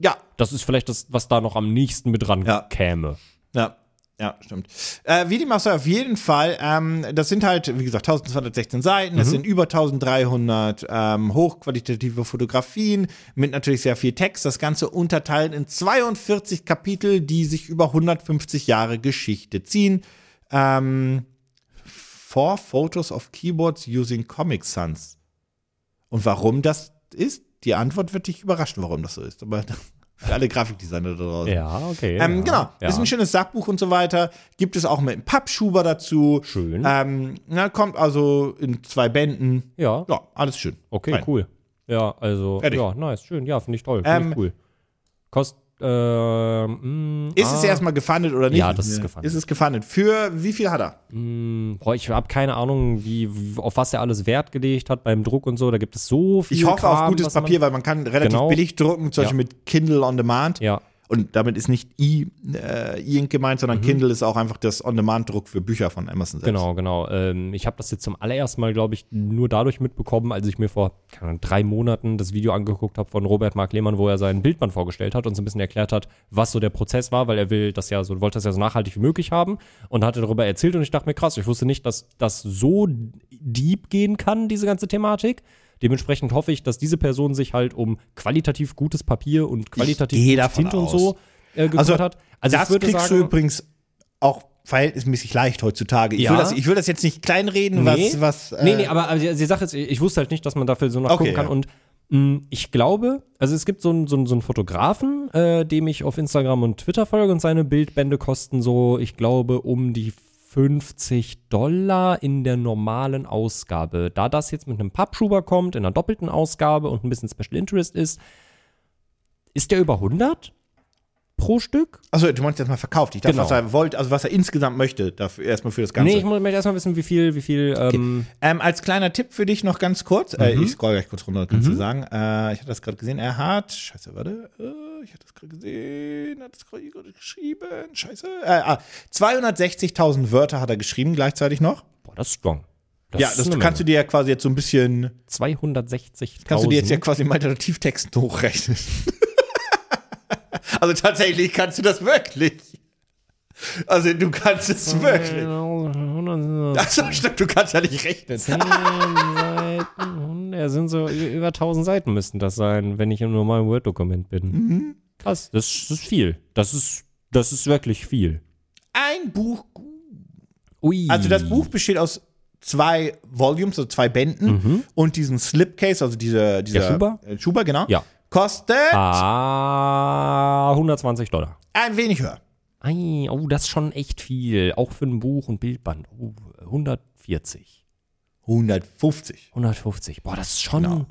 ja,
Das ist vielleicht das, was da noch am nächsten mit dran
Ja.
käme.
Ja, ja, stimmt. Äh, wie dem auch sei, auf jeden Fall, ähm, das sind halt, wie gesagt, 1216 Seiten, das sind über 1300 ähm, hochqualitative Fotografien mit natürlich sehr viel Text, das Ganze unterteilt in 42 Kapitel, die sich über 150 Jahre Geschichte ziehen. Ähm, Four Photos of Keyboards using Comic Sans. Und warum das ist? Die Antwort wird dich überraschen, warum das so ist. Aber für alle Grafikdesigner da draußen.
Ja, okay.
Ähm, Genau,
Ja.
ist ein schönes Sachbuch und so weiter. Gibt es auch mit einem Pappschuber dazu.
Schön.
Ähm, na, kommt also in zwei Bänden.
Ja.
Ja, alles schön.
Okay,
Fein.
cool. Ja, also,
Fertig.
ja, nice, schön. Ja, finde ich toll. Finde
Ähm,
ich cool. Kost, ähm,
Ist es erstmal gefundet oder nicht?
Ja, das ist gefundet.
Ist es gefundet. Für wie viel hat er?
Boah, ich habe keine Ahnung, wie, wie- auf was er alles Wert gelegt hat beim Druck und so. Da gibt es so viel
Ich hoffe
Kram,
auf gutes
was man-
Papier, weil man kann relativ
Genau.
billig drucken, zum Beispiel mit Kindle on Demand.
Ja.
Und damit ist nicht e- äh, E-Ink gemeint, sondern Kindle ist auch einfach das On-Demand-Druck für Bücher von Amazon selbst.
Mhm. Genau, genau. Ähm, ich habe das jetzt zum allerersten Mal, glaube ich, nur dadurch mitbekommen, als ich mir vor keine Ahnung, drei Monaten das Video angeguckt habe von Robert Mark Lehmann, wo er seinen Bildband vorgestellt hat und so ein bisschen erklärt hat, was so der Prozess war, weil er will das ja so, wollte das ja so nachhaltig wie möglich haben und hatte darüber erzählt und ich dachte mir, krass, ich wusste nicht, dass das so deep gehen kann, diese ganze Thematik. Dementsprechend hoffe ich, dass diese Person sich halt um qualitativ gutes Papier und qualitativ
gehe
gute
davon
Tinte und
aus.
so äh, gekümmert
Also,
hat.
das kriegst du übrigens auch verhältnismäßig leicht heutzutage. Ich,
Ja.
will, das, ich will das jetzt nicht kleinreden,
Nee.
was. was äh,
nee, nee, aber, aber die die Sache ist, ich wusste halt nicht, dass man dafür so
Okay,
nachgucken kann.
ja.
Und mh, ich glaube, also es gibt so einen so einen- so einen Fotografen, äh, dem ich auf Instagram und Twitter folge und seine Bildbände kosten so, ich glaube, um die 50 Dollar in der normalen Ausgabe. Da das jetzt mit einem Pappschuber kommt, in einer doppelten Ausgabe und ein bisschen Special Interest ist, ist der über 100 pro Stück?
Achso, du meinst erstmal verkauft. Ich dachte,
Genau.
was er wollte, also was er insgesamt möchte, dafür, erstmal für das Ganze.
Nee, ich mu- möchte erstmal wissen, wie viel, wie viel, ähm,
Ähm, als kleiner Tipp für dich noch ganz kurz,
Mhm.
äh, ich scroll gleich kurz runter, kannst du sagen. Äh, ich hatte das gerade gesehen, er hat, scheiße, warte, äh, ich hatte das gerade gesehen, hat das gerade gerade geschrieben, scheiße. Äh, ah, 260.000 Wörter hat er geschrieben gleichzeitig noch.
boah, das ist strong.
ja, das kannst du dir ja quasi jetzt so ein bisschen,
260.
kannst du dir jetzt ja quasi im Alternativtexten hochrechnen. also tatsächlich kannst du das wirklich. Also du kannst es wirklich.
Genau,
Achso, Also, stimmt, du kannst ja nicht rechnen.
Seiten, ja, sind so ü- über 1000 Seiten müssten das sein, wenn ich im normalen Word-Dokument bin.
Mhm.
Krass, das, ist- das ist viel. Das ist, das ist wirklich viel.
Ein Buch
Ui.
Also das Buch besteht aus zwei Volumes, also zwei Bänden und diesen Slipcase, also dieser, dieser
Mhm. Der Schuber?
äh, Schuber, genau.
Ja.
Kostet
Ah, 120 Dollar.
ein wenig höher.
Ei, oh, das ist schon echt viel. Auch für ein Buch und Bildband. Oh, 140.
150.
150. Boah, das ist schon.
Genau.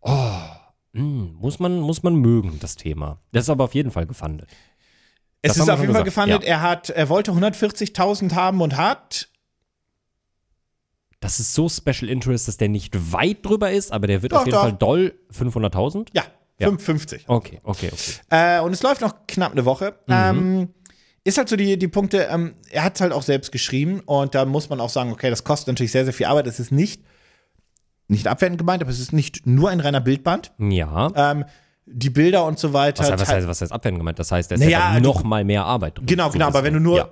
Oh, mm, muss, man, muss man mögen, das Thema. Das ist aber auf jeden Fall gefundet.
Es
Das haben
ist
wir
auf
schon
jeden Fall
gesagt,
gefundet.
ja.
Er hat, er wollte 140.000 haben und hat.
Das ist so Special Interest, dass der nicht weit drüber ist, aber der wird
Doch,
auf jeden
doch.
Fall doll 500.000?
Ja,
Ja.
550.
Okay, okay, okay.
Äh, und es läuft noch knapp eine Woche. Ähm, ist halt so die, die Punkte, ähm, er hat es halt auch selbst geschrieben und da muss man auch sagen, okay, das kostet natürlich sehr, sehr viel Arbeit. Es ist nicht, nicht abwertend gemeint, aber es ist nicht nur ein reiner Bildband.
Ja.
ähm, die Bilder und so weiter.
was, was,
teil-
heißt, was heißt abwerten gemeint? Das heißt, da ist
Naja,
ja dann
du-
noch mal mehr Arbeit drin.
genau,
So
genau,
ist
aber wenn du nur,
Ja.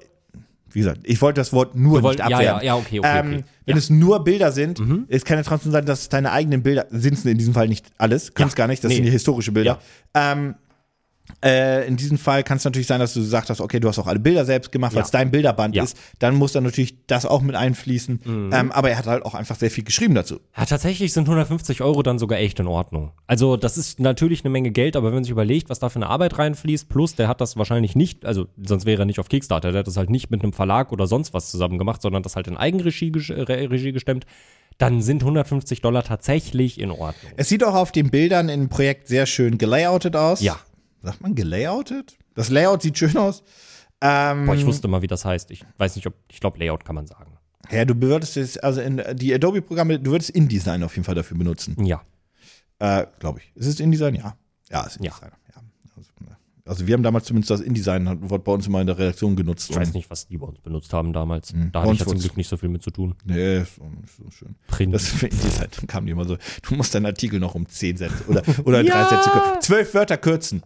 wie gesagt, ich wollte das Wort nur
Du wollt-
nicht
ja,
abwerten.
ja, Mhm. ja, okay, okay,
ähm,
okay.
Wenn es nur Bilder sind, es kann ja trotzdem sein, dass es deine eigenen Bilder sind, in diesem Fall nicht alles, kannst gar nicht, das
nee.
sind die historische Bilder. Ähm, äh, in diesem Fall kann es natürlich sein, dass du gesagt hast, okay, du hast auch alle Bilder selbst gemacht, weil es
Ja.
dein Bilderband
Ja. Mhm.
ist, dann muss dann natürlich das auch mit einfließen. Ähm, aber er hat halt auch einfach sehr viel geschrieben dazu.
ja, tatsächlich sind 150 Euro dann sogar echt in Ordnung. Also, das ist natürlich eine Menge Geld, aber wenn man sich überlegt, was da für eine Arbeit reinfließt, plus der hat das wahrscheinlich nicht, also sonst wäre er nicht auf Kickstarter, der hat das halt nicht mit einem Verlag oder sonst was zusammen gemacht, sondern das halt in Eigenregie gesch- äh, Regie gestemmt, dann sind 150 Dollar tatsächlich in Ordnung.
Es sieht auch auf den Bildern im Projekt sehr schön gelayoutet aus.
Ja.
Sagt man gelayoutet? Das Layout sieht schön aus. Ähm,
Boah, ich wusste mal, wie das heißt. Ich weiß nicht, ob, ich glaube, Layout kann man sagen.
ja, du würdest es, also in äh, die Adobe-Programme, du würdest InDesign auf jeden Fall dafür benutzen.
Ja.
Äh, Glaube ich. Ist es InDesign? Ja. Ja, es ist
Ja.
InDesign. Ja. Also, ne. also wir haben damals zumindest das InDesign, wird bei uns immer in der Redaktion genutzt.
Ich weiß nicht, was die bei uns benutzt haben damals.
Bei
Da hatte
uns
ich ja zum
wurde's-
Glück nicht so viel mit zu tun.
Nee, ist so, ist so schön.
Print.
Das für InDesign kam die immer so, du musst deinen Artikel noch um 10 Sätze oder, oder drei
Ja.
Sätze kürzen. Zwölf Wörter kürzen.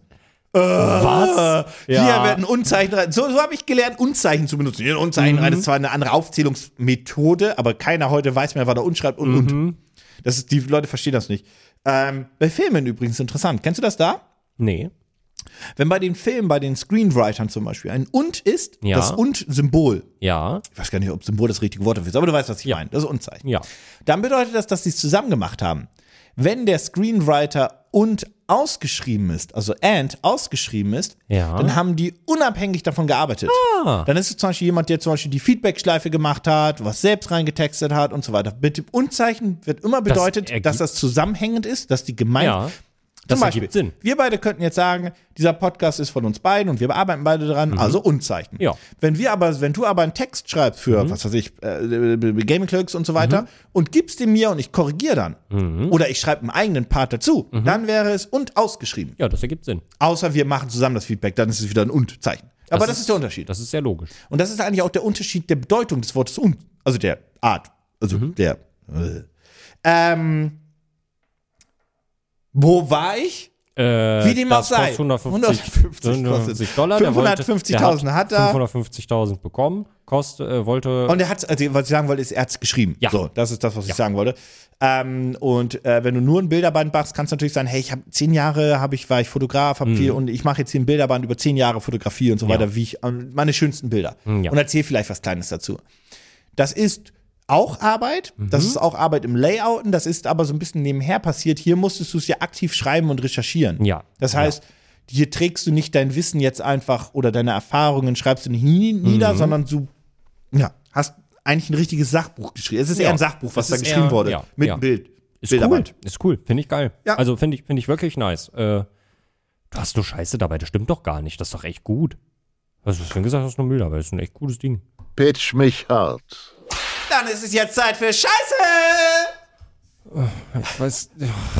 Was? Ja. Hier
Ja.
werden Unzeichen rein. So, so habe ich gelernt, Unzeichen zu benutzen. Hier Unzeichen
Mhm.
rein ist zwar eine andere Aufzählungsmethode, aber keiner heute weiß mehr, wann er unschreibt und
Mhm.
und. Das ist, die Leute verstehen das nicht. Ähm, bei Filmen übrigens interessant. Kennst du das da?
Nee.
Wenn bei den Filmen, bei den Screenwritern zum Beispiel ein Und ist,
Ja.
das Und-Symbol.
Ja.
Ich weiß gar nicht, ob Symbol das richtige Wort dafür ist, aber du weißt, was ich meine. Das ist Unzeichen.
Ja.
Dann bedeutet das, dass sie es zusammen gemacht haben. Wenn der Screenwriter und ausgeschrieben ist, also and ausgeschrieben ist,
Ja. Ah.
dann haben die unabhängig davon gearbeitet. Dann ist es zum Beispiel jemand, der zum Beispiel die Feedback-Schleife gemacht hat, was selbst reingetextet hat und so weiter. Mit dem Unzeichen wird immer bedeutet,
ergibt-
dass das zusammenhängend ist, dass die gemeint,
Ja. Das
Zum Beispiel,
ergibt Sinn.
wir beide könnten jetzt sagen, dieser Podcast ist von uns beiden und wir arbeiten beide dran, also Unzeichen.
Mhm. Ja. Mhm.
Wenn wir aber, wenn du aber einen Text schreibst für, was weiß ich, äh, Gaming Clerks und so weiter und gibst den mir und ich korrigiere dann
Mhm.
oder ich schreibe einen eigenen Part dazu, dann wäre es und ausgeschrieben.
Ja, das ergibt Sinn.
Außer wir machen zusammen das Feedback, dann ist es wieder ein Und-Zeichen. Aber das, ist der Unterschied.
Das ist sehr logisch.
Und das ist eigentlich auch der Unterschied der Bedeutung des Wortes und, also der Art, also
Mhm.
der. Äh. Ähm, wo war ich?
Äh,
Wie dem auch
das
sei.
kostet 150,
150
150 Dollar. Der wollte-
550.000 hat er.
550.000 bekommen. Kost, äh, wollte.
Und er hat, also was ich sagen wollte, ist, er hat es geschrieben.
Ja.
So, das ist das, was ich sagen wollte. Ähm, und äh, wenn du nur ein Bilderband machst, kannst du natürlich sagen, hey, ich habe zehn Jahre, habe ich, war ich Fotograf,
Mhm.
habe viel und ich mache jetzt hier ein Bilderband über zehn Jahre Fotografie und so weiter, wie ich ähm, meine schönsten Bilder
Mhm, ja.
und erzähl vielleicht was Kleines dazu. Das ist auch Arbeit, das
Mhm.
ist auch Arbeit im Layouten, das ist aber so ein bisschen nebenher passiert. Hier musstest du es ja aktiv schreiben und recherchieren.
Ja.
Das heißt, hier trägst du nicht dein Wissen jetzt einfach oder deine Erfahrungen schreibst du nicht nie- nieder,
Mhm.
sondern du ja, hast eigentlich ein richtiges Sachbuch geschrieben. Es ist eher ein Sachbuch, was da
ist
geschrieben
eher-
wurde.
ja,
mit
ja.
einem Bild.
ist cool.
Bilderband.
Ist cool. Finde ich geil.
Ja.
Also finde ich, finde ich wirklich nice. Äh, du hast nur Scheiße dabei. Das stimmt doch gar nicht. Das ist doch echt gut. Was hast du denn gesagt? Das ist nur Müll dabei. Das ist ein echt gutes Ding.
Pitch mich hart.
Dann ist es jetzt Zeit für Scheiße!
Ich weiß,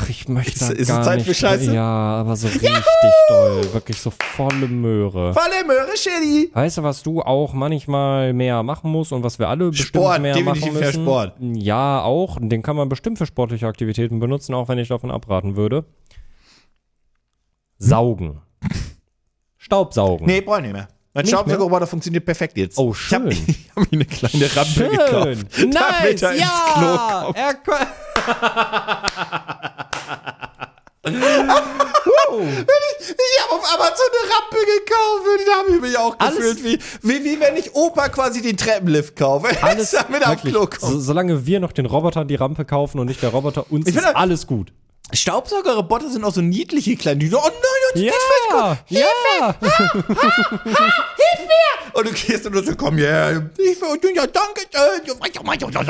ach, ich möchte
Ist-
da
ist es
gar
Zeit für
nicht.
Scheiße?
Ja, aber so richtig doll. Wirklich so volle Möhre.
Volle Möhre Chili!
Weißt du, was du auch manchmal mehr machen musst und was wir alle bestimmt
Sport,
mehr machen
definitiv mehr
müssen?
Sport.
Ja, auch. Und Den kann man bestimmt für sportliche Aktivitäten benutzen, auch wenn ich davon abraten würde. Saugen. Staubsaugen.
Nee, brauche ich nicht mehr. Mein
Nicht
Staubsaugerroboter funktioniert perfekt jetzt.
Oh,
Ich hab-
schön.
Ich habe hab mir eine kleine Rampe
Schön.
gekauft.
Nice.
damit er ins Klo
ja.
kommt.
Er ko-
Ich habe auf Amazon eine Rampe gekauft und da habe ich mich auch
Alles-
gefühlt, wie, wie, wie wenn ich Opa quasi den Treppenlift kaufe.
alles
damit er auf
wirklich,
Klo kommt.
so, solange wir noch den Roboter die Rampe kaufen und nicht der Roboter uns,
Ich
ist
finde-
alles gut.
Staubsaugerroboter sind auch so niedliche kleine. Die so, oh nein, und
Ja,
geht's vielleicht gut.
ja.
Und du gehst und du so, komm her. Ich will, ja, danke.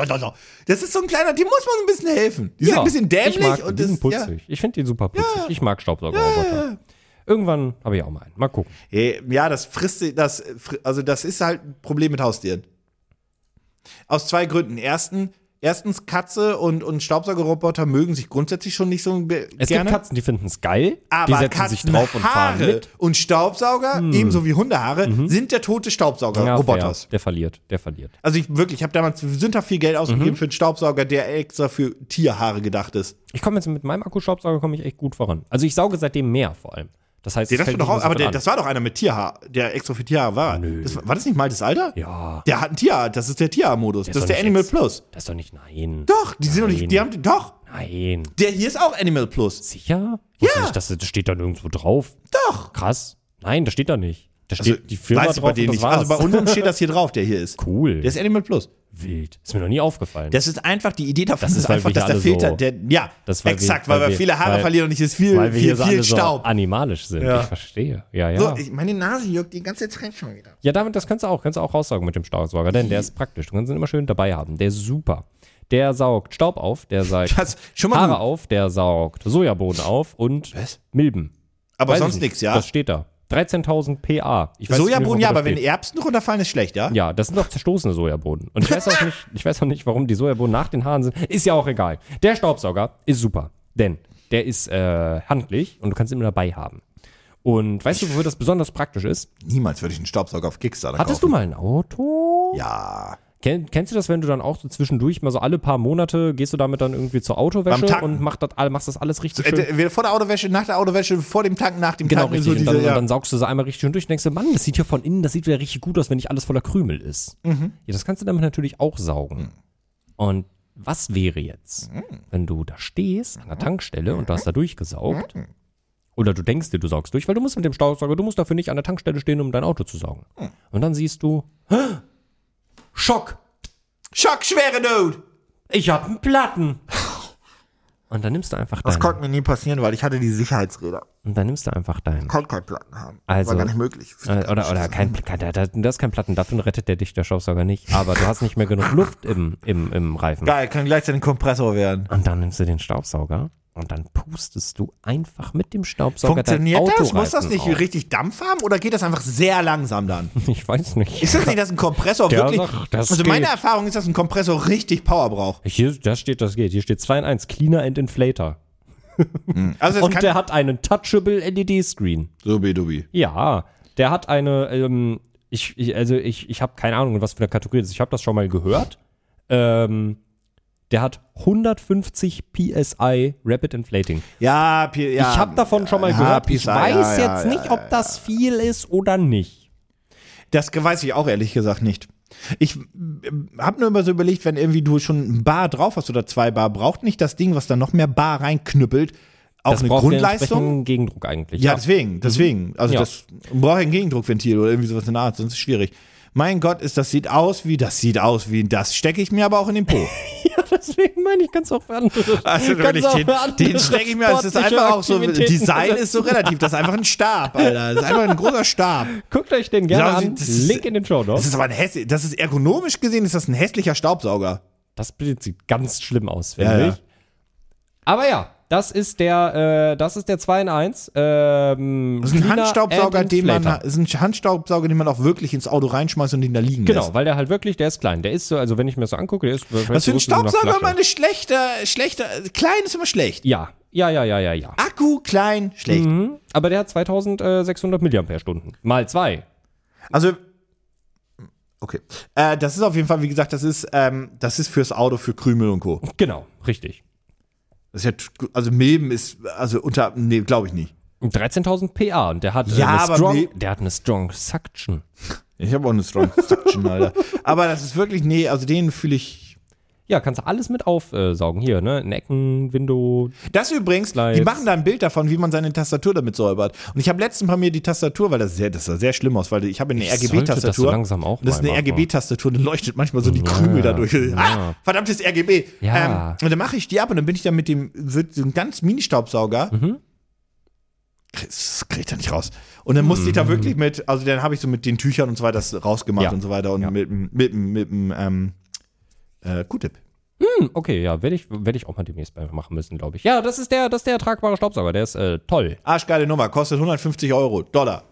schön. Das ist so ein kleiner, die muss man ein bisschen helfen. Die sind
Ja,
ein bisschen dämlich.
Ich mag,
und
die
das,
sind
ja.
putzig. Ich finde die super putzig. Ich mag Staubsaugerroboter. Irgendwann habe ich auch mal einen. Mal gucken.
Hey, Ja, das frisst sie- das fri- also das ist halt ein Problem mit Haustieren. Aus zwei Gründen. Ersten, erstens Katze und und Staubsaugerroboter mögen sich grundsätzlich schon nicht so ge-
Es
gerne.
gibt Katzen, die finden es geil.
aber
die setzen sich drauf und fahren
Katzenhaare
mit. Hm. Mhm.
und Staubsauger, ebenso wie Hundehaare, sind der tote
Ja,
Staubsaugerroboter.
fair. Der verliert, der verliert.
also ich wirklich, ich habe damals sündhaft viel Geld ausgegeben für einen Staubsauger, der extra für Tierhaare gedacht ist.
Ich komme jetzt mit meinem Akkustaubsauger komme ich echt gut voran. Also ich sauge seitdem mehr vor allem. Das heißt,
Der,
es
das war
fällt
doch
nicht mehr
auch,
so
aber
dran.
der, das war doch einer mit Tierhaar, der extra für Tierhaare war. Das, war- war das nicht mal das Alter?
ja,
Der hat einen Tierart, das ist der Tierart-Modus. Das
ist
ist
doch
der
nicht
Animal
jetzt-
Plus.
das ist doch nicht nein.
Doch, die sind doch
Nein.
nicht, die haben, doch,
Nein.
der hier ist auch Animal Plus.
Sicher? Ja. Nicht, das, das steht da nirgendwo drauf.
Doch.
Krass. Nein, das steht da nicht. Da steht
Also,
die Firma
weiß ich
drauf
bei denen
und das
nicht. Also bei
war's.
unserem steht das hier drauf, der hier ist.
cool.
Der ist Animal Plus.
wild. Ist mir noch nie aufgefallen.
Das ist einfach die Idee davon,
Das ist, weil
einfach,
wir
dass der
hier alle
Filter,
so-
der, ja,
Das, weil wir-
exakt, weil,
weil
wir
wir-
viele Haare
weil-
verlieren und ich ist viel,
weil wir
viel,
hier so
viel
alle so
Staub.
animalisch sind.
Ja.
Ich verstehe. Ja, ja.
so, ich, meine Nase juckt die ganze Zeit schon wieder.
Ja, damit, das kannst du auch, kannst du auch raussagen mit dem Staubsauger, denn der ist praktisch. Du kannst ihn immer schön dabei haben. Der ist super. Der saugt Staub auf, der saugt
Das, schon mal
Haare
gut.
auf, der saugt Sojabohnen auf und Milben.
Aber
Weiß ich
sonst
nicht.
nichts, ja.
Das steht da. 13.000 PA. Ich weiß nicht,
Sojabohnen,
warum
ja,
das
aber wenn
steht.
Erbsen runterfallen, ist schlecht, ja?
Ja, das sind doch zerstoßene Sojabohnen. Und ich weiß auch nicht, ich weiß auch nicht, warum die Sojabohnen nach den Haaren sind. Ist ja auch egal. Der Staubsauger ist super, denn der ist äh, handlich und du kannst ihn immer dabei haben. Und weißt du, wofür das besonders praktisch ist?
Niemals würde ich einen Staubsauger auf Kickstarter
Hattest du
kaufen.
mal ein Auto?
Ja.
Ken, kennst du das, wenn du dann auch so zwischendurch mal so alle paar Monate gehst du damit dann irgendwie zur
Beim
Autowäsche
Tanken.
und mach das, all- machst das alles richtig schön?
Entweder Äh, vor der Autowäsche, nach der Autowäsche, vor dem Tanken, nach dem
Genau,
Tanken.
richtig.
so
und, dann,
diese- ja.
und dann saugst du sie einmal richtig schön durch und denkst dir, Mann, das sieht hier von innen, das sieht wieder richtig gut aus, wenn nicht alles voller Krümel ist.
Mhm.
Ja, das kannst du damit natürlich auch saugen. Und was wäre jetzt,
Mhm.
wenn du da stehst an der Tankstelle und du hast da durchgesaugt?
Mhm.
Oder du denkst dir, du saugst durch, weil du musst mit dem Staubsauger, du musst dafür nicht an der Tankstelle stehen, um dein Auto zu saugen.
Mhm.
Und dann siehst du, "Hä? Schock,
Schockschwere Dude!
ich hab einen Platten. Und dann nimmst du einfach
Das
deinen,
konnte mir nie passieren, weil ich hatte die Sicherheitsräder.
und dann nimmst du einfach deinen
Ich konnte keinen Platten haben.
Also-
War gar nicht möglich.
Äh, Oder, oder kein, kein, da- da- das ist kein Platten, davon rettet der dich der Staubsauger nicht. Aber du hast nicht mehr genug Luft im, im, im Reifen.
Geil, kann gleich den Kompressor werden.
Und dann nimmst du den Staubsauger Und dann pustest du einfach mit dem Staubsauger
Funktioniert
dein
das?
Autoreifen
Muss das nicht
auf.
richtig Dampf haben oder geht das einfach sehr langsam dann?
Ich weiß nicht.
Ist das nicht, dass ein Kompressor
Der
wirklich.
sagt, das
also meine
geht.
Erfahrung ist, dass ein Kompressor richtig Power braucht.
Hier, da steht, das geht. Hier steht 2 in 1, Cleaner and Inflator.
Also es
Und
kann.
der hat einen Touchable E LED-Screen.
Subi dubi.
Ja, der hat eine, ähm, ich, ich, also ich, ich habe keine Ahnung, in was für eine Kategorie das ist. Ich habe das schon mal gehört. Ähm, der hat 150 PSI Rapid Inflating.
Ja, Pi- ja.
ich habe davon schon mal
ja,
gehört.
PSI,
ich weiß
ja, ja,
jetzt
ja,
nicht, ob das viel ist oder nicht.
Das ge- weiß ich auch ehrlich gesagt nicht. Ich habe nur immer so überlegt, wenn irgendwie du schon ein Bar drauf hast oder zwei Bar, braucht nicht das Ding, was dann noch mehr Bar reinknüppelt, auch
Das
eine
braucht den
Grundleistung?
entsprechenden Gegendruck eigentlich.
Ja, deswegen, deswegen. Also
Ja.
das braucht ein Gegendruckventil oder irgendwie sowas in der Art, sonst ist es schwierig. Mein Gott, ist das sieht aus wie, das sieht aus wie, das stecke ich mir aber auch in den Po.
deswegen meine ich ganz auch für andere.
Also
Kannst
wirklich,
auch
den,
für andere
den strecke ich mir, also es ist
sportliche
einfach auch so,
Aktivitäten
Design
ersetzen.
ist so relativ, das ist einfach ein Stab, Alter. Das ist einfach ein großer Stab.
Guckt euch den gerne
Ja,
an.
Genau, das ist-
Link in den Show
Das
Notes.
ist aber ein hässlich, das ist ergonomisch gesehen, ist das ein hässlicher Staubsauger.
Das Bild sieht ganz schlimm aus,
Ja,
finde
ja.
ich. Aber ja, das ist der, äh, das ist der 2 in 1. Ähm,
Das ist ein
Cleaner
Handstaubsauger,
and
den man,
Inflator.
ist ein Handstaubsauger, den man auch wirklich ins Auto reinschmeißt und den da liegen
Genau,
lässt.
weil der halt wirklich, der ist klein. Der ist so, also wenn ich mir das so angucke, der ist.
Was für ein Staubsauger,
meine
meine schlechter, schlechter, klein ist immer schlecht.
Ja, ja, ja, ja, ja, ja.
Akku klein, schlecht.
Mhm. Aber der hat 2600 mAh. Mal zwei.
Also okay, äh, das ist auf jeden Fall, wie gesagt, das ist, ähm, das ist fürs Auto, für Krümel und Co.
Genau, richtig.
Das ist ja, t- also Milben ist, also unter, nee, glaube ich nicht.
Und 13.000 PA und der hat, äh,
Ja,
eine
aber
strong,
nee.
der hat eine Strong Suction.
Ich habe auch eine Strong Suction, Alter. Aber das ist wirklich, nee, also den fühle ich.
Ja, kannst du alles mit aufsaugen. Hier, ne? Necken, Window.
Das übrigens,
Slides.
die machen da ein Bild davon, wie man seine Tastatur damit säubert. Und ich habe letztens bei mir die Tastatur, weil das sehr, das sah sehr schlimm aus, weil ich habe eine
sollte das so
RGB-Tastatur.
langsam auch
Das ist
mal
eine
machen.
RGB-Tastatur, dann leuchtet manchmal so die Krümel dadurch. Ah, verdammtes RGB.
Ja.
Ähm, und dann mache ich die ab und dann bin ich da mit dem, wird so ein ganz Mini-Staubsauger.
Mhm.
Das krieg ich da nicht raus. Und dann musste ich da wirklich mit, also dann habe ich so mit den Tüchern und so weiter das rausgemacht
Mhm. Ja.
und so weiter und
Ja.
mit, dem- mit, dem- mit, dem, ähm, äh, Q-Tip.
Hm, Okay, ja, werde ich, werd ich auch mal demnächst mal machen müssen, glaube ich. Ja, das ist der, das ist der tragbare Staubsauger, der ist äh, toll.
Arschgeile Nummer, kostet 150 Euro, Dollar.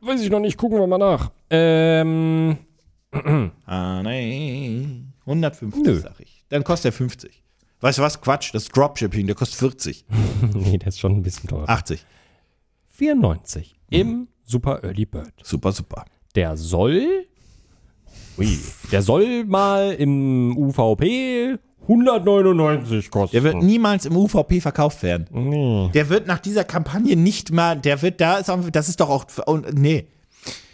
Weiß ich noch nicht, gucken wir mal nach. Ähm,
Ah, nein. 150,
Nö.
sag ich. Dann kostet er 50. Weißt du was? Quatsch, das ist Dropshipping, der kostet 40.
nee, der ist schon ein bisschen teurer.
80.
94 im Super Early Bird.
Super, super.
Der soll, ui, der soll mal im UVP 199 kosten.
Der wird niemals im UVP verkauft werden. Der wird nach dieser Kampagne nicht mal, der wird da, ist auch, das ist doch auch, und, nee.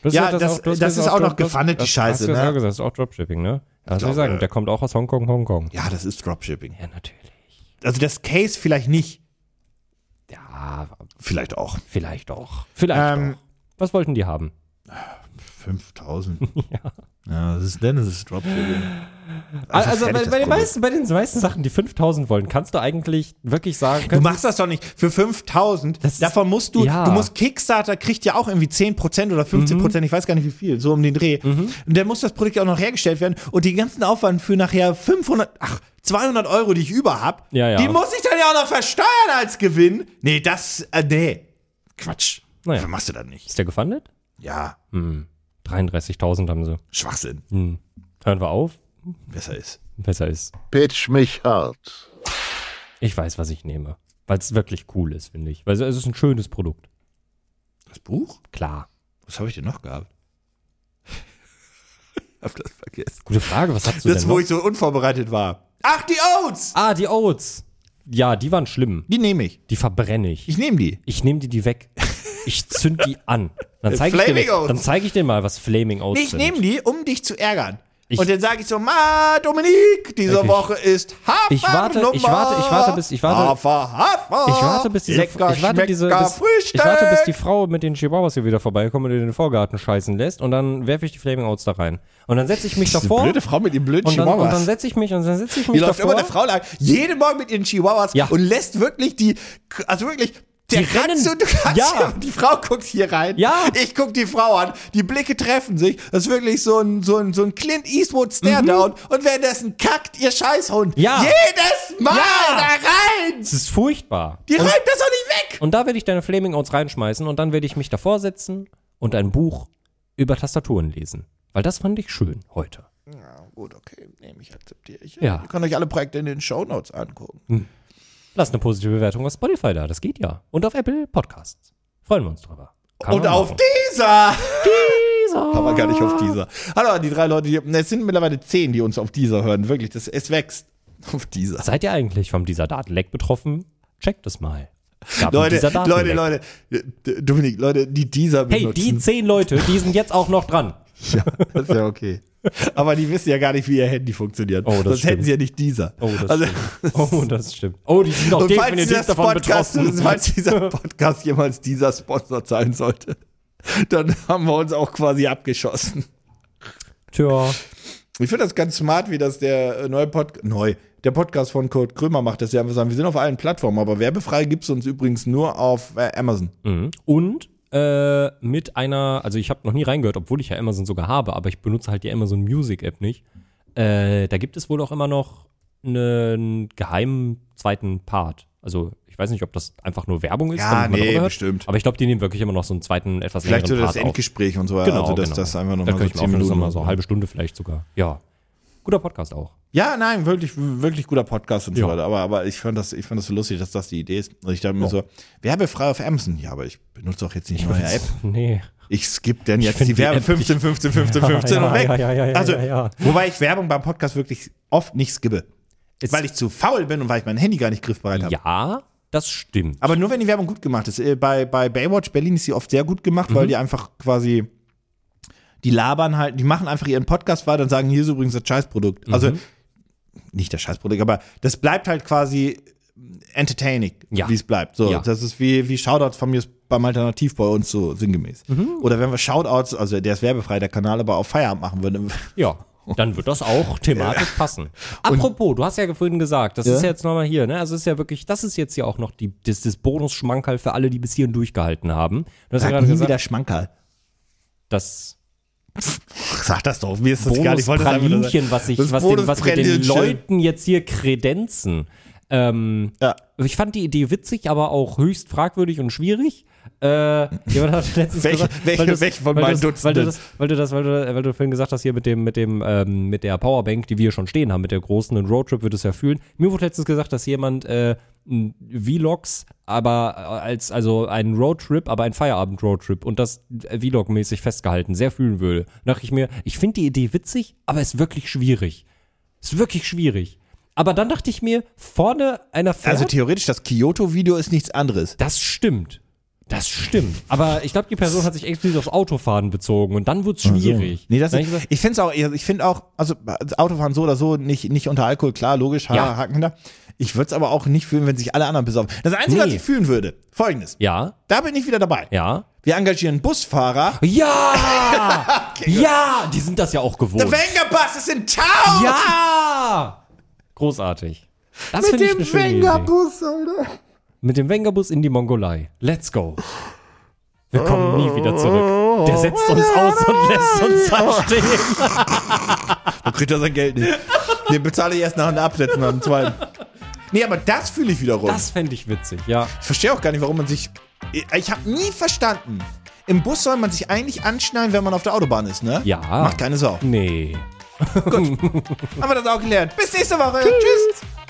Das
Ja,
ja, das,
das-
auch, du hast
das
jetzt
ist auch noch
du hast-
gefundet, die
hast-
Scheiße,
Hast du das
ne?
auch gesagt, das ist auch Dropshipping, ne? Was soll ich sagen?
glaube, äh,
Der kommt auch aus Hongkong, Hongkong.
Ja, das ist Dropshipping.
Ja, natürlich.
Also das Case vielleicht nicht.
Ja,
Vielleicht auch.
vielleicht auch. Vielleicht
Ähm,
auch. Was wollten die haben?
5000. ja. ja. Das ist, denn das ist Dropshipping.
Also,
fertig, das
bei, bei, den
Produkt.
meisten, bei den meisten Sachen, die 5000 wollen, kannst du eigentlich wirklich sagen,
Du
können,
machst das doch nicht für 5000.
Das ist-
Davon musst du,
Ja.
du musst Kickstarter kriegt ja auch irgendwie 10% oder 15%, ich weiß gar nicht wie viel, so um den Dreh.
Mhm.
Und dann muss das Produkt auch noch hergestellt werden und den ganzen Aufwand für nachher 500, ach, 200 Euro, die ich über hab,
Ja, ja.
die muss ich dann ja auch noch versteuern als Gewinn. Nee, das, äh, nee. Quatsch.
Naja.
Warum machst du das nicht?
ist der gefundet?
Ja,
Hm, 33.000 haben sie.
Schwachsinn.
Hm. Hören wir auf?
Besser ist.
Besser ist.
Pitch mich hart.
Ich weiß, was ich nehme. Weil es wirklich cool ist, finde ich. Weil es- es ist ein schönes Produkt.
Das Buch?
Klar.
Was habe ich denn noch gehabt? hab das vergessen.
Gute Frage, was hast du
Das,
denn
wo
noch?
ich so unvorbereitet war. Ach, die Oats!
Ah, die Oats. Ja, die waren schlimm.
Die nehme ich.
Die verbrenne ich.
Ich nehme die.
Ich nehme die die weg. Ich zünd die an. Dann zeige ich,
Flaming
dir-
Oats.
dann zeig ich dir mal, was Flaming Oats
Nee, ich
sind.
nehme die, um dich zu ärgern.
Ich-
und dann sage ich so, Ma, Dominik, diese
Wirklich.
Woche ist Hafernummer.
Ich warte, ich warte, ich warte, bis- ich warte-
Hafer, Hafer.
Ich warte, bis diese,
Lecker,
ich warte, diese,
schmecker
bis,
Frühstück.
ich warte, bis die Frau mit den Chihuahuas hier wieder vorbeikommt und in den Vorgarten scheißen lässt und dann werfe ich die Flaming Oats da rein. Und dann setze ich mich davor und
Frau mit ihren blöden
dann, und dann setze ich mich und dann setze ich mich
Die läuft immer
davor.
der Frau lang, jeden Morgen mit ihren Chihuahuas
Ja.
und lässt wirklich die, also wirklich Der
Die
kann
rennen-
so, du kannst
Ja.
die Frau guckt hier rein.
Ja.
Ich guck die Frau an. Die Blicke treffen sich. Das ist wirklich so ein, so ein, so ein Clint Eastwood Stare-Down. Und währenddessen kackt ihr Scheißhund.
Mhm. Ja.
Jedes Mal
Ja. Also
da rein.
Es ist furchtbar.
Die räumt das doch nicht weg.
Und da werde ich deine Flaming Outs reinschmeißen und dann werde ich mich davor setzen und ein Buch über Tastaturen lesen. Weil das fand ich schön heute.
Ja, gut, okay. Nehme ich, akzeptiere ich.
Ja.
Ihr könnt euch alle Projekte in den Shownotes angucken.
Lass eine positive Bewertung auf Spotify da, das geht ja. Und auf Apple Podcasts. Freuen wir uns drüber. Kann
Und
man
auf
machen.
dieser.
dieser.
Aber gar nicht auf dieser. Hallo an die drei Leute, die. Es sind mittlerweile zehn, die uns auf dieser hören. Wirklich, das, es wächst. Auf dieser.
Seid ihr eigentlich vom dieser Datenleck betroffen? Checkt es mal. Es gab einen
Leute,
Deezer Datenleck.
Leute, Leute. äh, D- Dominik, Leute, die dieser
Hey, die
benutzen.
zehn Leute, die sind jetzt auch noch dran.
ja, das ist ja okay. Aber die wissen ja gar nicht, wie ihr Handy funktioniert.
Oh, das
Sonst hätten
stimmt.
sie ja nicht dieser.
Oh, das
also,
stimmt. Oh, das stimmt. Oh, die sind auch
und falls,
definitiv
dieses
davon
Podcast,
betroffen.
falls dieser Podcast jemals dieser Sponsor sein sollte, dann haben wir uns auch quasi abgeschossen.
Tja.
Ich finde das ganz smart, wie das der äh, neue Podcast, neu, der Podcast von Kurt Krömer macht, dass sie einfach sagen, wir sind auf allen Plattformen, aber werbefrei gibt es uns übrigens nur auf äh, Amazon.
Mhm. Und äh, mit einer, also ich habe noch nie reingehört, obwohl ich ja Amazon sogar habe, aber ich benutze halt die Amazon Music App nicht. Äh, da gibt es wohl auch immer noch einen geheimen zweiten Part. Also ich weiß nicht, ob das einfach nur Werbung ist,
Ja, nee,
darüber
bestimmt.
Aber ich glaube, die nehmen wirklich immer noch so einen zweiten, etwas
Vielleicht so
längeren
das
Part auf.
Endgespräch und so weiter.
Genau,
also, dass
genau.
das einfach
da
nochmal
könnte
so
ich mir
10
auch
Minuten
nochmal so eine halbe Stunde vielleicht sogar. Ja. Guter Podcast auch.
Ja, nein, wirklich, wirklich guter Podcast und so
Ja.
weiter. Aber, aber ich fand das, ich fand das so lustig, dass das die Idee ist. Und ich dachte mir so, werbefrei auf Amazon. Ja, aber ich benutze doch jetzt nicht meine App.
Nee.
Ich skippe denn jetzt
find
die
die
Werbung
App-
15, 15, 15, 15
ja,
und weg.
ja, ja, ja, ja,
also,
ja, ja.
wobei ich Werbung beim Podcast wirklich oft nicht skippe.
Es-
weil ich zu faul bin und weil ich mein Handy gar nicht griffbereit habe.
Ja, das stimmt.
Aber nur wenn die Werbung gut gemacht ist. Äh, Bei, bei Baywatch Berlin ist sie oft sehr gut gemacht,
Mhm.
weil die einfach quasi. Die labern halt, die machen einfach ihren Podcast weiter und sagen, hier ist übrigens das Scheißprodukt. Also
Mhm.
nicht das Scheißprodukt, aber das bleibt halt quasi entertaining,
Ja.
wie es bleibt. So,
Ja.
das ist wie, wie Shoutouts von mir beim Alternativ bei uns so sinngemäß.
Mhm.
Oder wenn wir Shoutouts, also der ist werbefrei, der Kanal, aber auf Feierabend machen würden.
Ja, dann wird das auch thematisch passen. Apropos, du hast ja vorhin gesagt, das ist ja jetzt nochmal hier, ne? Also es ist ja wirklich, das ist jetzt ja auch noch die, das, das Bonus-Schmankerl für alle, die bis hierhin durchgehalten haben. Du hast ja
Sag
gerade
nie
gesagt,
wieder Schmankerl.
das
Sag das doch, mir ist das egal. Ich wollte das einfach nur sagen.
Bonus-Pralinchen, was, ich,
Das
was, den, was wir den
Bonus-Pralinchen.
Leuten jetzt hier kredenzen. Ähm,
Ja.
ich fand die Idee witzig, aber auch höchst fragwürdig und schwierig. Äh, jemand hat letztens
Welche-
gesagt,
welche-
weil du das-
welche von
weil du
meinen
das- weil du
Dutzenden?
das, weil du das, weil du, weil du vorhin gesagt hast hier mit dem, mit dem, ähm, mit der Powerbank, die wir schon stehen haben, mit der großen und Roadtrip wird es ja fühlen. Mir wurde letztens gesagt, dass jemand äh, ein Vlogs, aber als also ein Roadtrip, aber ein Feierabend Roadtrip und das äh, Vlog-mäßig festgehalten, sehr fühlen würde. Da dachte ich mir, ich finde die Idee witzig, aber ist wirklich schwierig. Ist wirklich schwierig. Aber dann dachte ich mir, vorne einer Fährt,
Also theoretisch, das Kyoto-Video ist nichts anderes.
das stimmt. Das stimmt. Aber ich glaube, die Person hat sich explizit aufs Autofahren bezogen und dann wird's schwierig.
Nee, das
Dann hab
ist,
ich gesagt,
ich finde es auch, ich finde auch, also Autofahren so oder so, nicht, nicht unter Alkohol, klar, logisch, ha
Ja.
Haken hinter. Ich würde es aber auch nicht fühlen, wenn sich alle anderen besoffen. Das Einzige, was
Nee.
ich fühlen würde, folgendes.
ja,
Da bin ich wieder dabei.
ja.
Wir engagieren Busfahrer.
Ja! ja! Die sind das ja auch gewohnt.
Venga-Bus ist in town!
Ja! Großartig. Das
Mit
finde ich eine
dem
schöne Idee.
Venga-Bus, Alter.
Mit dem Wengerbus in die Mongolei. Let's go. Wir kommen nie wieder zurück. Der setzt uns aus und lässt uns da stehen.
Dann kriegt er sein Geld nicht. Den bezahle ich erst nach einem Absetzen, nach dem zweiten. Nee, aber das fühle ich wiederum.
Das fände ich witzig, ja.
Ich verstehe auch gar nicht, warum man sich. Ich habe nie verstanden. Im Bus soll man sich eigentlich anschneiden, wenn man auf der Autobahn ist, ne?
Ja.
Macht keine Sau.
Nee.
Haben wir das auch gelernt. Bis nächste Woche. Tschüss.